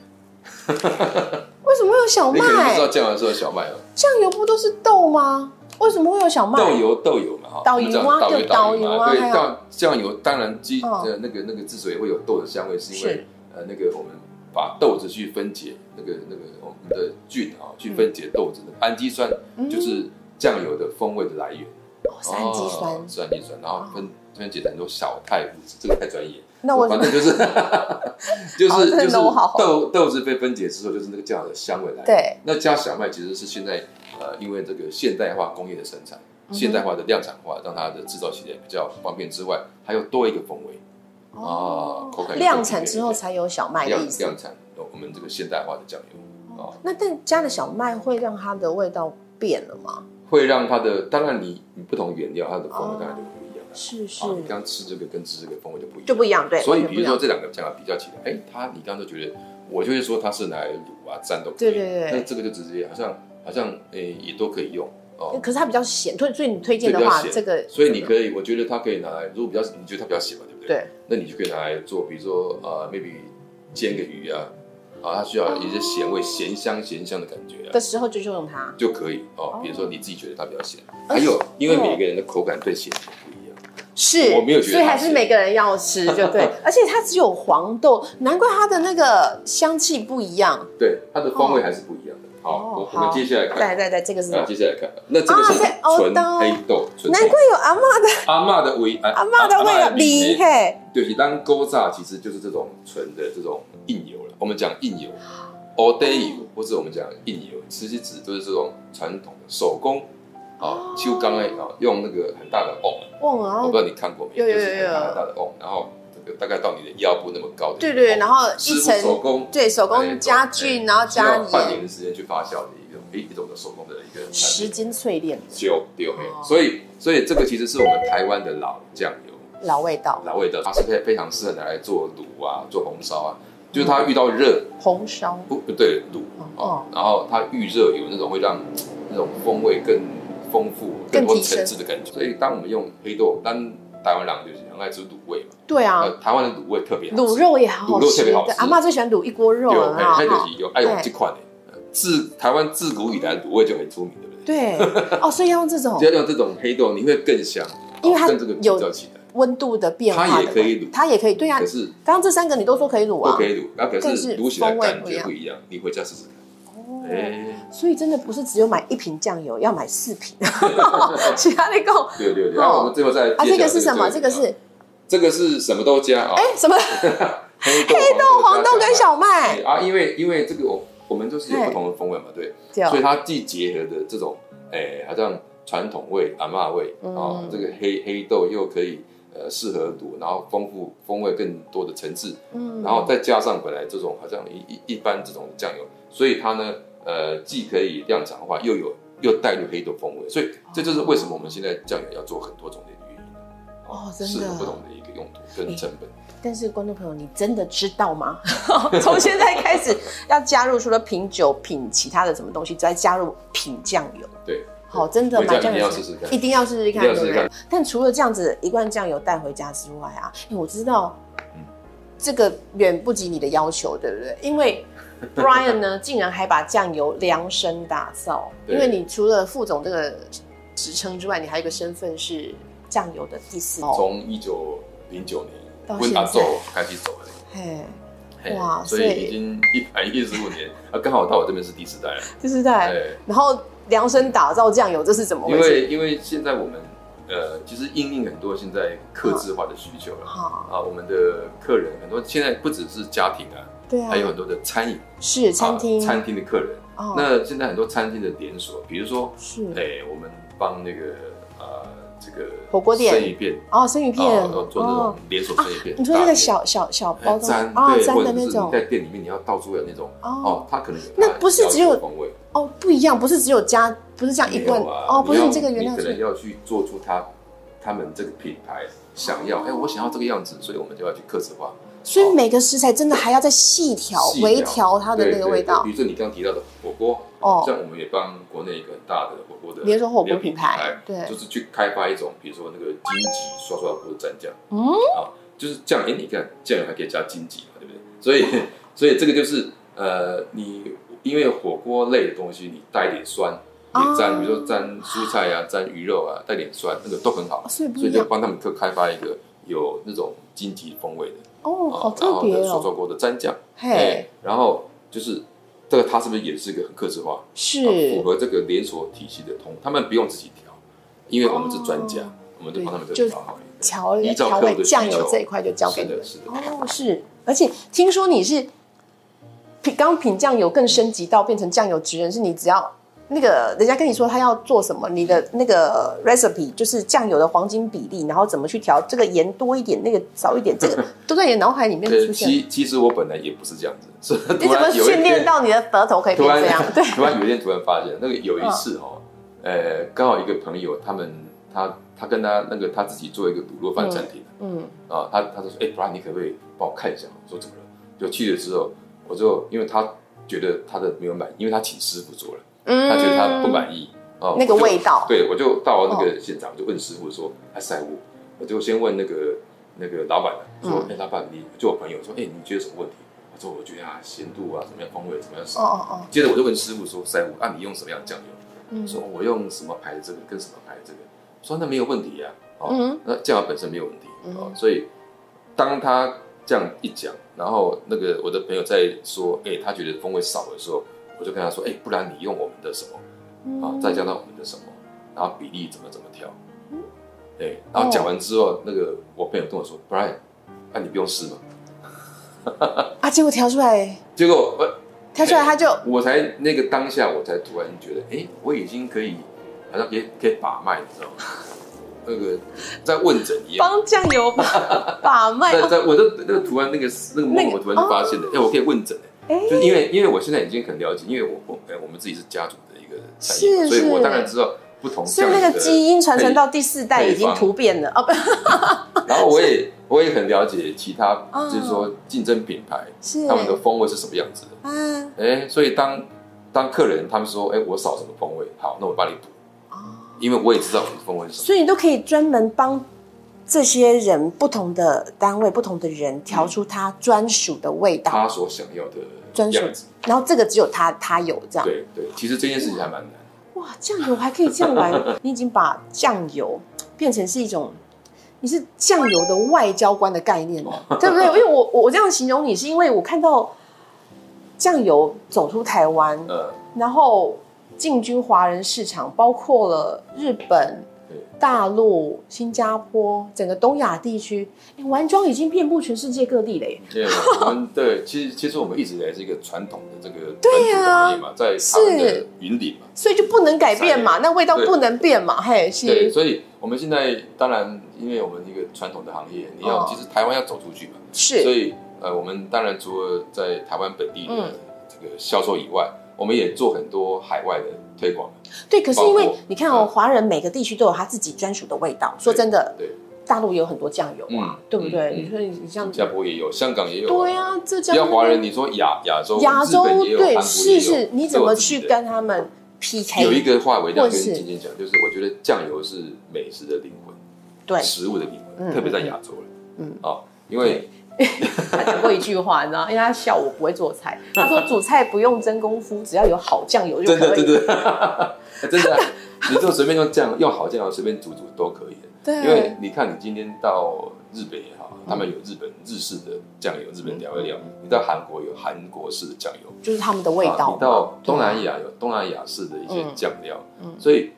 [SPEAKER 1] 为什么会有小
[SPEAKER 2] 你可能不知道
[SPEAKER 1] 麦？
[SPEAKER 2] 酱油是有小麦哦。
[SPEAKER 1] 酱油不都是豆吗？为什么会有小麦？
[SPEAKER 2] 豆油豆油嘛哈，
[SPEAKER 1] 导游啊
[SPEAKER 2] 我们讲
[SPEAKER 1] 就导
[SPEAKER 2] 导
[SPEAKER 1] 游
[SPEAKER 2] 游
[SPEAKER 1] 啊
[SPEAKER 2] 嘛，
[SPEAKER 1] 还
[SPEAKER 2] 对，
[SPEAKER 1] 有
[SPEAKER 2] 酱酱油当然基
[SPEAKER 1] 哦
[SPEAKER 2] 呃那个那个之所以会有豆的香味，是因
[SPEAKER 1] 是
[SPEAKER 2] 为呃那个我们把豆子去分解那个那个我们的菌啊去分解豆子的氨基酸
[SPEAKER 1] 嗯，
[SPEAKER 2] 就是酱油的风味的来源，
[SPEAKER 1] 哦是氨基酸
[SPEAKER 2] 哦，是氨基酸，然后分分解成很多小肽物质，这个太专业。
[SPEAKER 1] 那我
[SPEAKER 2] 反正就是 (laughs) 就
[SPEAKER 1] 好
[SPEAKER 2] 是
[SPEAKER 1] 这个
[SPEAKER 2] 就是
[SPEAKER 1] know-how
[SPEAKER 2] 豆豆子被分解之后，就是那个酱油的香味来源。
[SPEAKER 1] 对
[SPEAKER 2] 那加小麦其实是现在呃，因为这个现代化工业的生产、
[SPEAKER 1] 嗯哼
[SPEAKER 2] 现代化的量产化，让它的制造起来比较方便之外，还有多一个风味，啊，口感有
[SPEAKER 1] 量
[SPEAKER 2] 问题
[SPEAKER 1] 产之后才有小麦的
[SPEAKER 2] 量
[SPEAKER 1] 意思。
[SPEAKER 2] 量产，哦我们这个现代化的酱油啊，
[SPEAKER 1] 那但加了小麦会让它的味道变了吗？
[SPEAKER 2] 会让它的当然你你不同原料它的风味当然就不一样了。
[SPEAKER 1] 是哦是，
[SPEAKER 2] 啊，你刚吃这个跟吃这个风味就不一样，
[SPEAKER 1] 就不一样，对，
[SPEAKER 2] 所以
[SPEAKER 1] 完全
[SPEAKER 2] 比
[SPEAKER 1] 不一
[SPEAKER 2] 如
[SPEAKER 1] 样
[SPEAKER 2] 说这两个酱料比较起来，哎，它你刚刚都觉得，我就会说它是拿来卤啊蘸都可以，
[SPEAKER 1] 对对对
[SPEAKER 2] 那这个就直接好像好像诶也都可以用哦，
[SPEAKER 1] 可是它比较咸，所以所以你推荐
[SPEAKER 2] 对
[SPEAKER 1] 的话，
[SPEAKER 2] 比较咸
[SPEAKER 1] 这个，
[SPEAKER 2] 所以你可以，我觉得它可以拿来，如果比较你觉得它比较咸嘛，对不对？
[SPEAKER 1] 对，
[SPEAKER 2] 那你就可以拿来做，比如说呃 maybe 煎个鱼啊，啊它需要一些咸味、咸香、咸香的感觉啊
[SPEAKER 1] 的。时候就就用它。
[SPEAKER 2] 就可以
[SPEAKER 1] 哦
[SPEAKER 2] 哦，比如说你自己觉得它比较咸，
[SPEAKER 1] 而
[SPEAKER 2] 还有因为
[SPEAKER 1] 对
[SPEAKER 2] 每个人的口感对咸不一样，
[SPEAKER 1] 是，
[SPEAKER 2] 我没有觉得它
[SPEAKER 1] 所以还是
[SPEAKER 2] 咸
[SPEAKER 1] 每个人要吃，就
[SPEAKER 2] (laughs)
[SPEAKER 1] 对。而且它只有黄豆，难怪它的那个香气不一样。
[SPEAKER 2] 对它的风味还是不一样的。好，我我们接下来看，
[SPEAKER 1] 哦再来再来，这个是什
[SPEAKER 2] 啊，
[SPEAKER 1] 么？
[SPEAKER 2] 接下来看，那这个是
[SPEAKER 1] 啊这
[SPEAKER 2] 纯黑豆，纯
[SPEAKER 1] 难怪有阿妈的
[SPEAKER 2] 阿嬷的味，啊
[SPEAKER 1] 阿
[SPEAKER 2] 阿
[SPEAKER 1] 妈的味道，
[SPEAKER 2] 梨
[SPEAKER 1] 梨，嘿，
[SPEAKER 2] 就是当勾炸，其实就是这种纯的这种硬油了。我们讲硬油，all day 油，或者我们讲硬油，其实指就是这种传统的手工啊，修钢哎啊，用那个很大的瓮，
[SPEAKER 1] 哇，然
[SPEAKER 2] 我不
[SPEAKER 1] 后
[SPEAKER 2] 知道你看过没
[SPEAKER 1] 哦有有
[SPEAKER 2] 就
[SPEAKER 1] 有
[SPEAKER 2] 是很大很大的瓮，然后这个大概到你的腰部那么高的，
[SPEAKER 1] 对对，然后一
[SPEAKER 2] 师傅手
[SPEAKER 1] 层
[SPEAKER 2] 工
[SPEAKER 1] 对手
[SPEAKER 2] 哎
[SPEAKER 1] 工加
[SPEAKER 2] 哎
[SPEAKER 1] 菌，然后
[SPEAKER 2] 需
[SPEAKER 1] 加
[SPEAKER 2] 要半
[SPEAKER 1] 盐，
[SPEAKER 2] 年的时间去发酵的一种哎一种的手工的一个产品
[SPEAKER 1] 时间淬炼的
[SPEAKER 2] 就丢黑
[SPEAKER 1] 哦，
[SPEAKER 2] 所以所以这个其实是我们台湾的老酱油，
[SPEAKER 1] 老味道，
[SPEAKER 2] 老味道，它是非非常适合拿来做卤啊，做红烧啊，就是它遇到热
[SPEAKER 1] 红烧
[SPEAKER 2] 不不对卤
[SPEAKER 1] 哦
[SPEAKER 2] 哦，然后它预热有那种会让那种风味更丰富、
[SPEAKER 1] 更
[SPEAKER 2] 更多
[SPEAKER 1] 提升
[SPEAKER 2] 层次的感觉。所以当我们用黑豆，当台湾人就是很爱吃卤味嘛，
[SPEAKER 1] 对啊，
[SPEAKER 2] 呃，台湾的卤味特别好吃
[SPEAKER 1] 卤肉也好好
[SPEAKER 2] 卤肉
[SPEAKER 1] 吃，
[SPEAKER 2] 特别好
[SPEAKER 1] 对
[SPEAKER 2] 吃
[SPEAKER 1] 阿妈最喜欢卤一锅肉
[SPEAKER 2] 对，
[SPEAKER 1] 了，
[SPEAKER 2] 哎，它
[SPEAKER 1] 哈
[SPEAKER 2] 就是有爱用这款的，呃自台湾自古以来卤味就很出名，对不对？ (laughs)
[SPEAKER 1] 对哦，所以要用这种
[SPEAKER 2] 只要用这种黑豆，你会更香，
[SPEAKER 1] 因为它
[SPEAKER 2] 跟这个比
[SPEAKER 1] 有
[SPEAKER 2] 较起来。
[SPEAKER 1] 温度的变化的
[SPEAKER 2] 它也
[SPEAKER 1] 味，
[SPEAKER 2] 可以卤
[SPEAKER 1] 它也可以，对啊
[SPEAKER 2] 可，是
[SPEAKER 1] 刚刚这三个你都说可以卤
[SPEAKER 2] 都
[SPEAKER 1] 啊
[SPEAKER 2] 可，以卤，那可
[SPEAKER 1] 但
[SPEAKER 2] 是
[SPEAKER 1] 是
[SPEAKER 2] 卤起来
[SPEAKER 1] 风味
[SPEAKER 2] 感
[SPEAKER 1] 不一
[SPEAKER 2] 觉
[SPEAKER 1] 样
[SPEAKER 2] 不一样，你回家试试看。
[SPEAKER 1] 哦
[SPEAKER 2] 哎，
[SPEAKER 1] 所以真的不是只有买一瓶酱油，要买四
[SPEAKER 2] (laughs)
[SPEAKER 1] 瓶，其他的够
[SPEAKER 2] 对对对，然后我们最后再
[SPEAKER 1] 啊。这
[SPEAKER 2] 介绍
[SPEAKER 1] 个是什么？这个是
[SPEAKER 2] 这个是什么都加啊？
[SPEAKER 1] 哎什么？
[SPEAKER 2] 黑豆、黑豆
[SPEAKER 1] 黄豆跟小麦
[SPEAKER 2] 哦对，啊，因为因为这个我我们就是有
[SPEAKER 1] 哎
[SPEAKER 2] 不同的风味嘛，对，
[SPEAKER 1] 对哦
[SPEAKER 2] 所以它既结合的这种哎，好像传统味、阿嬷味啊
[SPEAKER 1] 嗯，
[SPEAKER 2] 这个黑黑豆又可以呃适合卤，然后丰富风味更多的层次，
[SPEAKER 1] 嗯
[SPEAKER 2] 然后再加上本来这种好像一一一般这种酱油，所以它呢，呃，既可以量产化，又有又带入黑豆风味，所以这就是为什么我们现在酱油要做很多种的原因。
[SPEAKER 1] 哦真的
[SPEAKER 2] 适合不同的一个用途跟成本。
[SPEAKER 1] 但是观众朋友，你真的知道吗？ (laughs) 从现在开始要加入除了品酒、品其他的什么东西，再加入品酱油。
[SPEAKER 2] 对，
[SPEAKER 1] 好，真的
[SPEAKER 2] 回家
[SPEAKER 1] 买
[SPEAKER 2] 一
[SPEAKER 1] 酱
[SPEAKER 2] 定
[SPEAKER 1] 油
[SPEAKER 2] 要试试看
[SPEAKER 1] 一。定要试试看，
[SPEAKER 2] 一定要
[SPEAKER 1] 对不
[SPEAKER 2] 试试
[SPEAKER 1] 对？但除了这样子一罐酱油带回家之外啊，因为我知道
[SPEAKER 2] 嗯
[SPEAKER 1] 这个远不及你的要求，对不对？因
[SPEAKER 2] (laughs)
[SPEAKER 1] 为 Brian 呢，竟然还把酱油量身打造，
[SPEAKER 2] 对
[SPEAKER 1] 因为你除了副总这个职称之外，你还有一个身份是酱油的第四哦，
[SPEAKER 2] 从一九零九
[SPEAKER 1] 到
[SPEAKER 2] 年
[SPEAKER 1] 现
[SPEAKER 2] 温
[SPEAKER 1] 在
[SPEAKER 2] 达走开始走的，
[SPEAKER 1] 嘿，
[SPEAKER 2] 嘿
[SPEAKER 1] 哇
[SPEAKER 2] 所
[SPEAKER 1] 所
[SPEAKER 2] 以
[SPEAKER 1] 以
[SPEAKER 2] 已经一百一十五年啊，刚好到我这边是第四代了。
[SPEAKER 1] 就是在
[SPEAKER 2] 哎，
[SPEAKER 1] 然后量身打造酱油，这是怎么
[SPEAKER 2] 因
[SPEAKER 1] 回事？
[SPEAKER 2] 为因为现在我们呃，其实应应很多现在客制化的需求了
[SPEAKER 1] 好，
[SPEAKER 2] 啊，我们的客人很多，现在不只是家庭啊，
[SPEAKER 1] 对啊，
[SPEAKER 2] 还有很多的餐饮
[SPEAKER 1] 是餐厅，
[SPEAKER 2] 啊餐厅的客人。
[SPEAKER 1] 哦嗯
[SPEAKER 2] 那现在很多餐厅的连锁，比如说，
[SPEAKER 1] 是
[SPEAKER 2] 哎，我们帮那个呃这个
[SPEAKER 1] 火锅店
[SPEAKER 2] 生鱼片
[SPEAKER 1] 哦，生鱼片
[SPEAKER 2] 哦，做那种连锁生鱼
[SPEAKER 1] 啊
[SPEAKER 2] 片，
[SPEAKER 1] 你说那
[SPEAKER 2] 大
[SPEAKER 1] 个
[SPEAKER 2] 片
[SPEAKER 1] 小小小
[SPEAKER 2] 哎
[SPEAKER 1] 包装
[SPEAKER 2] 粘
[SPEAKER 1] 啊，
[SPEAKER 2] 对，
[SPEAKER 1] 粘
[SPEAKER 2] 或
[SPEAKER 1] 的
[SPEAKER 2] 者是
[SPEAKER 1] 那
[SPEAKER 2] 你
[SPEAKER 1] 种
[SPEAKER 2] 在店里面你要倒出来那种
[SPEAKER 1] 哦
[SPEAKER 2] 哦，它可能有
[SPEAKER 1] 那
[SPEAKER 2] 它
[SPEAKER 1] 不是只有
[SPEAKER 2] 要的风味
[SPEAKER 1] 哦，不一样，不是只有加，不是这样一罐
[SPEAKER 2] 没有啊
[SPEAKER 1] 哦，不是
[SPEAKER 2] 要
[SPEAKER 1] 这个原料
[SPEAKER 2] 你可能
[SPEAKER 1] 是
[SPEAKER 2] 要去做出它他们这个品牌想要，哎，我想要这个样子，所以我们就要去克制化
[SPEAKER 1] 所以每个食材真的还要再细调
[SPEAKER 2] 哦细、调
[SPEAKER 1] 微调它的
[SPEAKER 2] 对
[SPEAKER 1] 那个
[SPEAKER 2] 对
[SPEAKER 1] 味道
[SPEAKER 2] 对比。如说你刚刚提到的火锅，
[SPEAKER 1] 哦
[SPEAKER 2] 像我们也帮国内一个很大的火锅的
[SPEAKER 1] 连锁火锅品
[SPEAKER 2] 品
[SPEAKER 1] 牌对
[SPEAKER 2] 就是去开发一种，比如说那个荆棘刷刷锅蘸酱。
[SPEAKER 1] 嗯，
[SPEAKER 2] 就是酱，哎、你看酱油还可以加荆棘嘛，对不对？所以，所以这个就是呃，你因为火锅类的东西，你带一点酸，也
[SPEAKER 1] 哦
[SPEAKER 2] 沾，比如说沾蔬菜啊，沾鱼肉啊，带点酸，那个都很好，
[SPEAKER 1] 哦所以不
[SPEAKER 2] 所
[SPEAKER 1] 一
[SPEAKER 2] 以就
[SPEAKER 1] 样
[SPEAKER 2] 帮他们特开发一个有那种荆棘风味的，
[SPEAKER 1] 哦，
[SPEAKER 2] 啊
[SPEAKER 1] 好
[SPEAKER 2] 然
[SPEAKER 1] 特
[SPEAKER 2] 后呢
[SPEAKER 1] 别
[SPEAKER 2] 涮
[SPEAKER 1] 哦。
[SPEAKER 2] 涮锅的蘸酱，
[SPEAKER 1] 嘿，
[SPEAKER 2] 哎然后就是这个它是不是也是一个很克制化，啊符
[SPEAKER 1] 是
[SPEAKER 2] 合这个连锁体系的通，他们不用自己调，因为我们是专家，
[SPEAKER 1] 哦
[SPEAKER 2] 我们就帮他们
[SPEAKER 1] 对就
[SPEAKER 2] 调好。
[SPEAKER 1] 调
[SPEAKER 2] 依照
[SPEAKER 1] 调
[SPEAKER 2] 客户
[SPEAKER 1] 味
[SPEAKER 2] 的需
[SPEAKER 1] 酱油
[SPEAKER 2] 求
[SPEAKER 1] 这一块就交给
[SPEAKER 2] 是
[SPEAKER 1] 你
[SPEAKER 2] 的，是的。
[SPEAKER 1] 哦，是。而且听说你是品刚品酱油更升级到变成酱油职人，是你只要那个人家跟你说他要做什么，你的那个 recipe 就是酱油的黄金比例，然后怎么去调，这个盐多一点，那个少一点，这
[SPEAKER 2] (laughs)
[SPEAKER 1] 个都在你的脑海里面
[SPEAKER 2] 对，
[SPEAKER 1] 出现。
[SPEAKER 2] 其其实我本来也不是这样子， (laughs) 是
[SPEAKER 1] 你
[SPEAKER 2] 突
[SPEAKER 1] 怎么
[SPEAKER 2] 然有一
[SPEAKER 1] 训练
[SPEAKER 2] 天，
[SPEAKER 1] 到你的舌头可以
[SPEAKER 2] (laughs) 突
[SPEAKER 1] 变
[SPEAKER 2] 然
[SPEAKER 1] 这
[SPEAKER 2] (laughs)
[SPEAKER 1] 样？对，嗯
[SPEAKER 2] 突然有一天突然发现，那个有一次哦，呃，刚好一个朋友他们他他跟他那个他自己做一个卤肉饭餐厅
[SPEAKER 1] 嗯，
[SPEAKER 2] 啊，他他就说，哎，不然你可不可以帮我看一下？我说怎么了？就去了之后，我就因为他觉得他的没有满意，因为他请师傅做了，他觉得他不满意哦，
[SPEAKER 1] 嗯那个
[SPEAKER 2] 我就
[SPEAKER 1] 味道。哦
[SPEAKER 2] 对，我就到那个现场，我就问师傅说：“哎，师傅，我就先问那个那个老板说
[SPEAKER 1] 嗯，
[SPEAKER 2] 哎，老板，你就我朋友说，哎，你觉得什么问题？”我说：“我觉得啊，咸度啊，怎么样，风味怎么样
[SPEAKER 1] 哦
[SPEAKER 2] 少。
[SPEAKER 1] 哦哦，”
[SPEAKER 2] 接着我就问师傅说：“师傅，啊，你用什么样的酱油？”
[SPEAKER 1] 嗯
[SPEAKER 2] 说：“哦我用什么牌的这个，跟什么牌的这个。”说：“那没有问题呀、啊，哦，
[SPEAKER 1] 嗯，
[SPEAKER 2] 那酱油本身没有问题
[SPEAKER 1] 嗯
[SPEAKER 2] 哦，所以当他这样一讲，然后那个我的朋友在说，哎，他觉得风味少的时候，我就跟他说，哎，不然你用我们的什么？
[SPEAKER 1] 哦嗯
[SPEAKER 2] 啊，再加上我们的什么，然后比例怎么怎么调，
[SPEAKER 1] 嗯
[SPEAKER 2] 对，然后讲完之后，那个我朋友跟我说，Brian，那、你不用试吗？
[SPEAKER 1] 啊，结果调出来，
[SPEAKER 2] 结果呃我
[SPEAKER 1] 调出来他就
[SPEAKER 2] 我才那个当下，我才突然觉得，哎，我已经可以，好像也可以把脉，你知道吗？ (laughs) 那个在问诊一样，
[SPEAKER 1] 帮酱油把
[SPEAKER 2] (laughs)
[SPEAKER 1] 把脉。哦
[SPEAKER 2] 在在我的那个突然那个那个
[SPEAKER 1] 那
[SPEAKER 2] moment，
[SPEAKER 1] 个哦
[SPEAKER 2] 我突然就发现了，哎，我可以问诊，
[SPEAKER 1] 哎，
[SPEAKER 2] 就是因为因为我现在已经很了解，因为我我哎我们自己是家族的一个产
[SPEAKER 1] 是
[SPEAKER 2] 业，所以我
[SPEAKER 1] 是
[SPEAKER 2] 当然知道不同
[SPEAKER 1] 所以
[SPEAKER 2] 项目
[SPEAKER 1] 那
[SPEAKER 2] 的。
[SPEAKER 1] 个基因传承到第四代已经突变了啊，不
[SPEAKER 2] 然后我也我也很了解其他
[SPEAKER 1] 嗯，
[SPEAKER 2] 就是说竞争品牌
[SPEAKER 1] 是
[SPEAKER 2] 他们的风味是什么样子的。
[SPEAKER 1] 啊
[SPEAKER 2] 哎，所以当当客人他们说，哎，我少什么风味，好，那我帮你补，
[SPEAKER 1] 哦
[SPEAKER 2] 因为我也知道我们的风味是什么。
[SPEAKER 1] 所以你都可以专门帮这些人不同的单位、不同的人调出他专属的味道，
[SPEAKER 2] 他所想要的
[SPEAKER 1] 专属
[SPEAKER 2] 样子，。
[SPEAKER 1] 然后这个只有他他有这样。
[SPEAKER 2] 对对，其实这件事情还蛮难。
[SPEAKER 1] 哇，酱油还可以这样
[SPEAKER 2] (laughs)
[SPEAKER 1] 玩！你已经把酱油变成是一种，你是酱油的外交官的概念
[SPEAKER 2] (laughs)
[SPEAKER 1] 了，对不对？因为我我我这样形容你，是因为我看到酱油走出台湾，
[SPEAKER 2] 呃，
[SPEAKER 1] 然后进军华人市场，包括了日本
[SPEAKER 2] 对、
[SPEAKER 1] 大陆、新加坡，整个东亚地区，诶丸庄已经遍布全世界各地了耶！
[SPEAKER 2] 对，我们对，其实其实我们一直以来是一个传统的这个本土的
[SPEAKER 1] 啊
[SPEAKER 2] 行业嘛，在台湾的
[SPEAKER 1] 是
[SPEAKER 2] 云顶嘛。
[SPEAKER 1] 所以就不能改变嘛，那味道不能变嘛，嘿，
[SPEAKER 2] 啊对，
[SPEAKER 1] 是
[SPEAKER 2] 所以我们现在当然，因为我们一个传统的行业，你要
[SPEAKER 1] 哦
[SPEAKER 2] 其实台湾要走出去嘛，所
[SPEAKER 1] 是，
[SPEAKER 2] 以呃，我们当然除了在台湾本地
[SPEAKER 1] 嗯
[SPEAKER 2] 的这个销售以外，我们也做很多海外的推广。
[SPEAKER 1] 对。可是因
[SPEAKER 2] 包
[SPEAKER 1] 为
[SPEAKER 2] 括
[SPEAKER 1] 你看哦，华人每个地区都有他自己专属的味道。说真的，
[SPEAKER 2] 嗯对，
[SPEAKER 1] 大陆也有很多酱油啊，
[SPEAKER 2] 嗯
[SPEAKER 1] 对不对？
[SPEAKER 2] 嗯嗯
[SPEAKER 1] 你说你像
[SPEAKER 2] 新加坡也有，香港也有。
[SPEAKER 1] 对，啊，浙江
[SPEAKER 2] 只要华人，你说亚亚洲、
[SPEAKER 1] 亚洲
[SPEAKER 2] 日本也有，韩
[SPEAKER 1] 对
[SPEAKER 2] 国也
[SPEAKER 1] 是
[SPEAKER 2] 有
[SPEAKER 1] 是，你怎么去？
[SPEAKER 2] 都有自己的
[SPEAKER 1] 跟他们 PK？
[SPEAKER 2] 有一个话我一定
[SPEAKER 1] 或
[SPEAKER 2] 要跟
[SPEAKER 1] 是
[SPEAKER 2] 晶晶讲，就是我觉得酱油是美食的灵魂，
[SPEAKER 1] 对，
[SPEAKER 2] 食物的灵
[SPEAKER 1] 嗯
[SPEAKER 2] 魂，特别在亚洲了。
[SPEAKER 1] 嗯
[SPEAKER 2] 啊，因为
[SPEAKER 1] 他讲过一句话，你知道，因为他笑我不会做菜，他
[SPEAKER 2] (laughs)
[SPEAKER 1] 说煮菜不用真功夫，只要有好酱油就
[SPEAKER 2] 真
[SPEAKER 1] 可
[SPEAKER 2] 的
[SPEAKER 1] 以。
[SPEAKER 2] 真的 (laughs) 真的啊，你就随便用酱用好酱油随便煮煮都可以的。
[SPEAKER 1] 对
[SPEAKER 2] 因为你看，你今天到日本也好，他们有日本日式的酱油，日本调味料；
[SPEAKER 1] 嗯
[SPEAKER 2] 你到韩国有韩国式的酱油，
[SPEAKER 1] 就是他们的味
[SPEAKER 2] 啊
[SPEAKER 1] 道
[SPEAKER 2] 你。到东南亚有东南亚式的一些酱料。
[SPEAKER 1] 嗯嗯
[SPEAKER 2] 所以，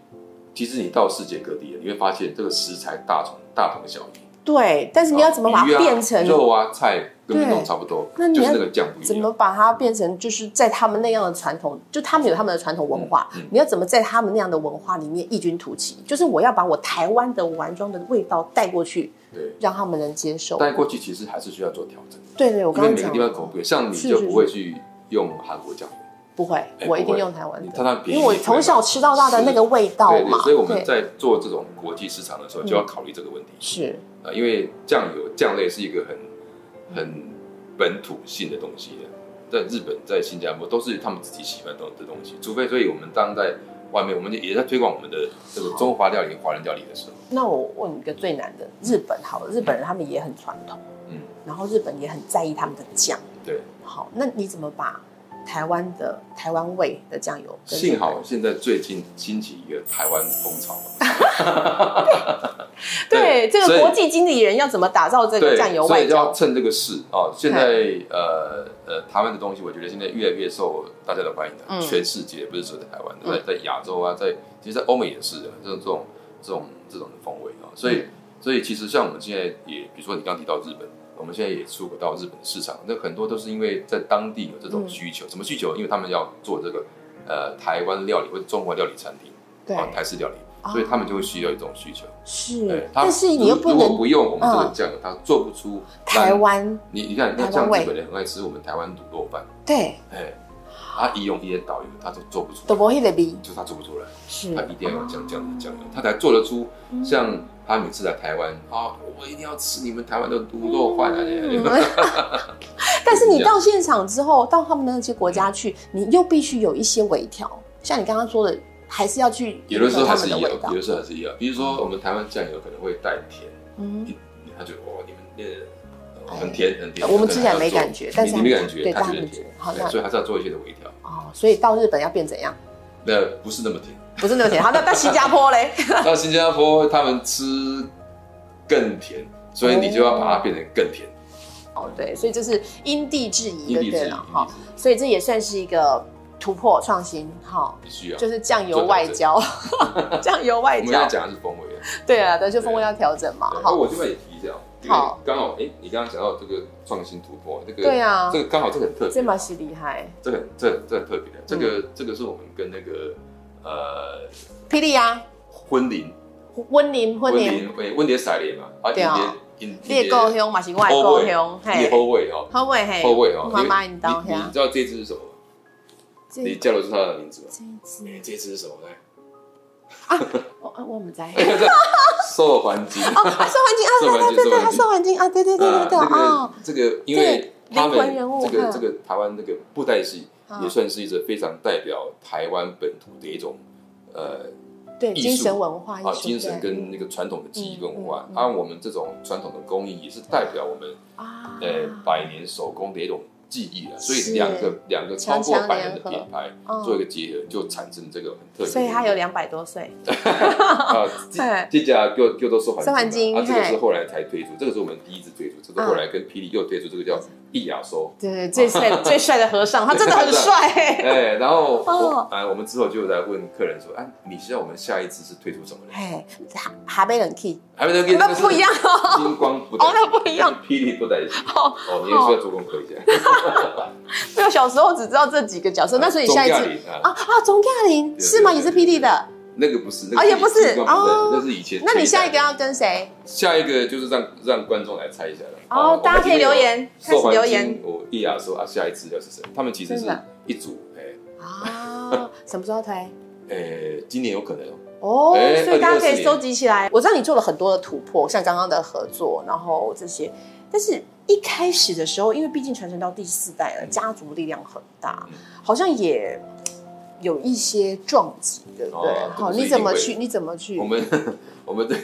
[SPEAKER 2] 其实你到世界各地，你会发现这个食材大同大同小异。
[SPEAKER 1] 对，但是你要怎么把
[SPEAKER 2] 鱼
[SPEAKER 1] 它
[SPEAKER 2] 啊
[SPEAKER 1] 变成？
[SPEAKER 2] 肉啊、菜跟
[SPEAKER 1] 对
[SPEAKER 2] 运动差不多，
[SPEAKER 1] 那你
[SPEAKER 2] 就
[SPEAKER 1] 要
[SPEAKER 2] 是那个酱不一
[SPEAKER 1] 怎
[SPEAKER 2] 样。
[SPEAKER 1] 么把它变成就是在他们那样的传统，就他们有他们的传统文化，
[SPEAKER 2] 嗯嗯
[SPEAKER 1] 你要怎么在他们那样的文化里面异军突起？就是我要把我台湾的丸装的味道带过去，
[SPEAKER 2] 对，
[SPEAKER 1] 让他们能接受。
[SPEAKER 2] 但过去其实还是需要做调整，
[SPEAKER 1] 对对，我
[SPEAKER 2] 因
[SPEAKER 1] 刚
[SPEAKER 2] 为
[SPEAKER 1] 刚
[SPEAKER 2] 每个
[SPEAKER 1] 讲
[SPEAKER 2] 地方口不一样，像你
[SPEAKER 1] 是
[SPEAKER 2] 就是不会去用韩国酱油。
[SPEAKER 1] 不会，
[SPEAKER 2] 哎
[SPEAKER 1] 我一
[SPEAKER 2] 不
[SPEAKER 1] 定
[SPEAKER 2] 会
[SPEAKER 1] 用台湾
[SPEAKER 2] 你
[SPEAKER 1] 的，
[SPEAKER 2] 看它便宜
[SPEAKER 1] 因为我从小吃到大的那个味道
[SPEAKER 2] 对
[SPEAKER 1] 嘛。
[SPEAKER 2] 对，所以我们
[SPEAKER 1] 对
[SPEAKER 2] 在做这种国际市场的时候，就要考虑这个问题
[SPEAKER 1] 是
[SPEAKER 2] 啊、因为酱油酱类是一个很很本土性的东西的，在日本、在新加坡都是他们自己喜欢的的东西，除非所以我们当在外面，我们也在推广我们的这个中华料理、华人料理的时候，
[SPEAKER 1] 那我问一个最难的，日本好了，日本人他们也很传统，
[SPEAKER 2] 嗯，
[SPEAKER 1] 然后日本也很在意他们的酱。
[SPEAKER 2] 对，
[SPEAKER 1] 好，那你怎么把台湾的台湾味的酱油跟日本？
[SPEAKER 2] 幸好现在最近兴起一个台湾风潮嘛，
[SPEAKER 1] 对这
[SPEAKER 2] 所
[SPEAKER 1] 个
[SPEAKER 2] 以
[SPEAKER 1] 国际经理人要怎么打造这个
[SPEAKER 2] 对，
[SPEAKER 1] 酱油
[SPEAKER 2] 所
[SPEAKER 1] 外
[SPEAKER 2] 以就要
[SPEAKER 1] 交？
[SPEAKER 2] 趁这个势啊、哦！现在呃呃，台湾的东西，我觉得现在越来越受大家的欢迎了。
[SPEAKER 1] 嗯
[SPEAKER 2] 全世界不是只有在台湾，
[SPEAKER 1] 嗯
[SPEAKER 2] 在在亚洲啊，在其实，在欧美也是的，啊这种这种这种这种风味啊、所以、
[SPEAKER 1] 嗯
[SPEAKER 2] 所以其实像我们现在也，比如说你刚提到日本，我们现在也出口
[SPEAKER 1] 嗯
[SPEAKER 2] 到日本的市场，那很多都是因为在当地有这种需求。什么需求？因为他们要做这个呃台湾料理或者中华料理餐厅，
[SPEAKER 1] 对，
[SPEAKER 2] 哦台式料理，所以他们就会需要一种需求。
[SPEAKER 1] 是
[SPEAKER 2] 对，，
[SPEAKER 1] 嗯
[SPEAKER 2] 他
[SPEAKER 1] 但是你又
[SPEAKER 2] 如
[SPEAKER 1] 不
[SPEAKER 2] 如果
[SPEAKER 1] 能
[SPEAKER 2] 不用我们这个
[SPEAKER 1] 嗯
[SPEAKER 2] 酱油，它做不出
[SPEAKER 1] 台。湾
[SPEAKER 2] 你你看，那
[SPEAKER 1] 台湾
[SPEAKER 2] 像
[SPEAKER 1] 味
[SPEAKER 2] 日本人很爱吃我们台湾卤肉饭，
[SPEAKER 1] 对
[SPEAKER 2] 哎，他一用一些导游，他都做不出
[SPEAKER 1] 都
[SPEAKER 2] 来，
[SPEAKER 1] 不会的比
[SPEAKER 2] 就是他做不出来，
[SPEAKER 1] 是
[SPEAKER 2] 他一定要有酱酱酱油，他才做得出。
[SPEAKER 1] 嗯
[SPEAKER 2] 像他每次来台湾，啊，我一定要吃你们台湾的卤肉饭啊！ (laughs)
[SPEAKER 1] 嗯 (laughs) 但是你到现场之后，到他们那些国家
[SPEAKER 2] 嗯
[SPEAKER 1] 去，你又必须有一些微调，像你刚刚说的，还是要去
[SPEAKER 2] 有的时候还是
[SPEAKER 1] 迎合
[SPEAKER 2] 有，
[SPEAKER 1] 他们
[SPEAKER 2] 有
[SPEAKER 1] 的味道。
[SPEAKER 2] 的时候还是有。比如说我们台湾酱油可能会带甜，
[SPEAKER 1] 嗯，
[SPEAKER 2] 他就哇，你们那个呃
[SPEAKER 1] 哎
[SPEAKER 2] 很甜很甜，
[SPEAKER 1] 我们吃起来没
[SPEAKER 2] 对
[SPEAKER 1] 感觉但是
[SPEAKER 2] 你你没
[SPEAKER 1] 他
[SPEAKER 2] 感
[SPEAKER 1] 们
[SPEAKER 2] 觉，
[SPEAKER 1] 对
[SPEAKER 2] 他
[SPEAKER 1] 但他
[SPEAKER 2] 觉得
[SPEAKER 1] 们觉得好，
[SPEAKER 2] 甜
[SPEAKER 1] 像
[SPEAKER 2] 对所以还是要做一些的微调，
[SPEAKER 1] 哦，所以到日本要变怎样？
[SPEAKER 2] 那不是那么甜。
[SPEAKER 1] 不是那么简单。好，那到新加坡嘞？
[SPEAKER 2] 到新加坡他们吃更甜，所以你就要把它变成更甜，
[SPEAKER 1] 哦，对，所以就是因地制宜
[SPEAKER 2] 因
[SPEAKER 1] 就
[SPEAKER 2] 地
[SPEAKER 1] 对
[SPEAKER 2] 制宜嗯
[SPEAKER 1] 了，哈。所以这也算是一个突破创新，哈，
[SPEAKER 2] 必须要。
[SPEAKER 1] 就是酱油外交， (laughs) 酱油外
[SPEAKER 2] 我们要
[SPEAKER 1] 交，
[SPEAKER 2] 讲的是风味啊。
[SPEAKER 1] 对啊，对，就风味要调整嘛，
[SPEAKER 2] 对，
[SPEAKER 1] 哈，
[SPEAKER 2] 我这边也提一下哦，因为
[SPEAKER 1] 好
[SPEAKER 2] 刚好，哎，你刚刚讲到这个创新突破，这个
[SPEAKER 1] 对啊
[SPEAKER 2] 这个刚好这个很特
[SPEAKER 1] 这嗯
[SPEAKER 2] 别，
[SPEAKER 1] 么是厉害，
[SPEAKER 2] 这个很这个这个很特别的，这个这个是我们跟那个呃
[SPEAKER 1] 霹雳啊，
[SPEAKER 2] 婚龄
[SPEAKER 1] 温宁温宁，
[SPEAKER 2] 龄诶温蝶赛莲嘛，啊
[SPEAKER 1] 对啊
[SPEAKER 2] 印尼
[SPEAKER 1] 列够
[SPEAKER 2] 印尼
[SPEAKER 1] 凶嘛是外够凶，
[SPEAKER 2] 你后卫哦，
[SPEAKER 1] 后尾嘿，
[SPEAKER 2] 后卫哦，
[SPEAKER 1] 妈
[SPEAKER 2] 因为
[SPEAKER 1] 妈你到
[SPEAKER 2] 你你
[SPEAKER 1] 遐，
[SPEAKER 2] 知道这只是什么吗？
[SPEAKER 1] 这
[SPEAKER 2] 你叫得出它的名字吗？
[SPEAKER 1] 这一只
[SPEAKER 2] 哎，这只是什么呢？
[SPEAKER 1] 我我唔知。
[SPEAKER 2] (laughs) 哎这瘦环筋。
[SPEAKER 1] 哦，啊，邵环境啊，
[SPEAKER 2] 邵
[SPEAKER 1] 对
[SPEAKER 2] 环
[SPEAKER 1] 对
[SPEAKER 2] 境
[SPEAKER 1] 对对，他
[SPEAKER 2] 邵环境
[SPEAKER 1] 邵环境啊，对对对对
[SPEAKER 2] 呃
[SPEAKER 1] 对，哦，
[SPEAKER 2] 这个这个，因为
[SPEAKER 1] 这个
[SPEAKER 2] 他
[SPEAKER 1] 灵魂
[SPEAKER 2] 们
[SPEAKER 1] 人物
[SPEAKER 2] 这个
[SPEAKER 1] 嗯
[SPEAKER 2] 这个台湾那个布袋戏
[SPEAKER 1] 嗯
[SPEAKER 2] 也算是一个非常代表台湾本土的一种呃
[SPEAKER 1] 对，
[SPEAKER 2] 艺术
[SPEAKER 1] 精神文化艺
[SPEAKER 2] 啊
[SPEAKER 1] 术，
[SPEAKER 2] 精神
[SPEAKER 1] 对
[SPEAKER 2] 跟那个传统的技艺文化
[SPEAKER 1] 哎嗯嗯嗯。
[SPEAKER 2] 按、我们这种传统的工艺，也是代表我们
[SPEAKER 1] 啊，
[SPEAKER 2] 呃百年手工的一种技艺啊。所
[SPEAKER 1] 是
[SPEAKER 2] 以两个两个超
[SPEAKER 1] 强
[SPEAKER 2] 过
[SPEAKER 1] 强
[SPEAKER 2] 百年的
[SPEAKER 1] 联合
[SPEAKER 2] 品牌
[SPEAKER 1] 嗯
[SPEAKER 2] 做一个结合，就产生这个很特别的。
[SPEAKER 1] 所以他有两百多岁，
[SPEAKER 2] 啊，
[SPEAKER 1] 哦对
[SPEAKER 2] 这这家就就都是环
[SPEAKER 1] 是环
[SPEAKER 2] 金
[SPEAKER 1] 金
[SPEAKER 2] 嘛啊，这个
[SPEAKER 1] 嘿
[SPEAKER 2] 是后来才推出，这个是我们第一次推出，这
[SPEAKER 1] 嗯
[SPEAKER 2] 是后来跟霹雳又推出这个叫易雅收。
[SPEAKER 1] (laughs) 对对，最帅最帅的和尚，他真的很帅欸，
[SPEAKER 2] 哎，然后
[SPEAKER 1] 哦
[SPEAKER 2] 我哎，我们之后就来问客人说，哎，你知道我们下一支是推出什么呢？
[SPEAKER 1] 哎，哈哈贝冷 key，
[SPEAKER 2] 还没能给
[SPEAKER 1] 那不一样哦，
[SPEAKER 2] 金光不
[SPEAKER 1] (laughs) 哦那不一样，
[SPEAKER 2] 霹雳不带戏。
[SPEAKER 1] 哦
[SPEAKER 2] 哦，你也需要做功课一下。
[SPEAKER 1] 没有小时候只知道这几个角色，那所以下一
[SPEAKER 2] 钟亚
[SPEAKER 1] 次
[SPEAKER 2] 玲啊
[SPEAKER 1] 啊啊，钟亚玲
[SPEAKER 2] 对
[SPEAKER 1] 是吗？
[SPEAKER 2] 对
[SPEAKER 1] 也是
[SPEAKER 2] 对
[SPEAKER 1] 霹雳的，
[SPEAKER 2] 那个不是，
[SPEAKER 1] 哦
[SPEAKER 2] 那个
[SPEAKER 1] 也不是
[SPEAKER 2] 金光
[SPEAKER 1] 哦
[SPEAKER 2] 带那是以前。
[SPEAKER 1] 那你下一个要跟谁？
[SPEAKER 2] 下一个就是让让观众来猜一下了。
[SPEAKER 1] 哦，大家可以留。言，开
[SPEAKER 2] 受
[SPEAKER 1] 始
[SPEAKER 2] 环
[SPEAKER 1] 留
[SPEAKER 2] 境
[SPEAKER 1] 言，
[SPEAKER 2] 我易雅说啊，下一支要是谁？他们其实
[SPEAKER 1] 真
[SPEAKER 2] 是
[SPEAKER 1] 的
[SPEAKER 2] 一组，哎
[SPEAKER 1] 啊，什么时候推？
[SPEAKER 2] 哎，今年有可能哦。
[SPEAKER 1] 哦，
[SPEAKER 2] 哎
[SPEAKER 1] 所以大家可以
[SPEAKER 2] 2024
[SPEAKER 1] 收集起来。我知道你做了很多的突破，像刚刚的合作，然后这些，但是一开始的时候，因为毕竟传承到第四代了，
[SPEAKER 2] 嗯
[SPEAKER 1] 家族力量很大
[SPEAKER 2] 嗯，
[SPEAKER 1] 好像也有一些撞击，对不对
[SPEAKER 2] 哦？
[SPEAKER 1] 好，
[SPEAKER 2] 这个是
[SPEAKER 1] 你怎么
[SPEAKER 2] 一定会
[SPEAKER 1] 去？你怎么去
[SPEAKER 2] 我？们我们这，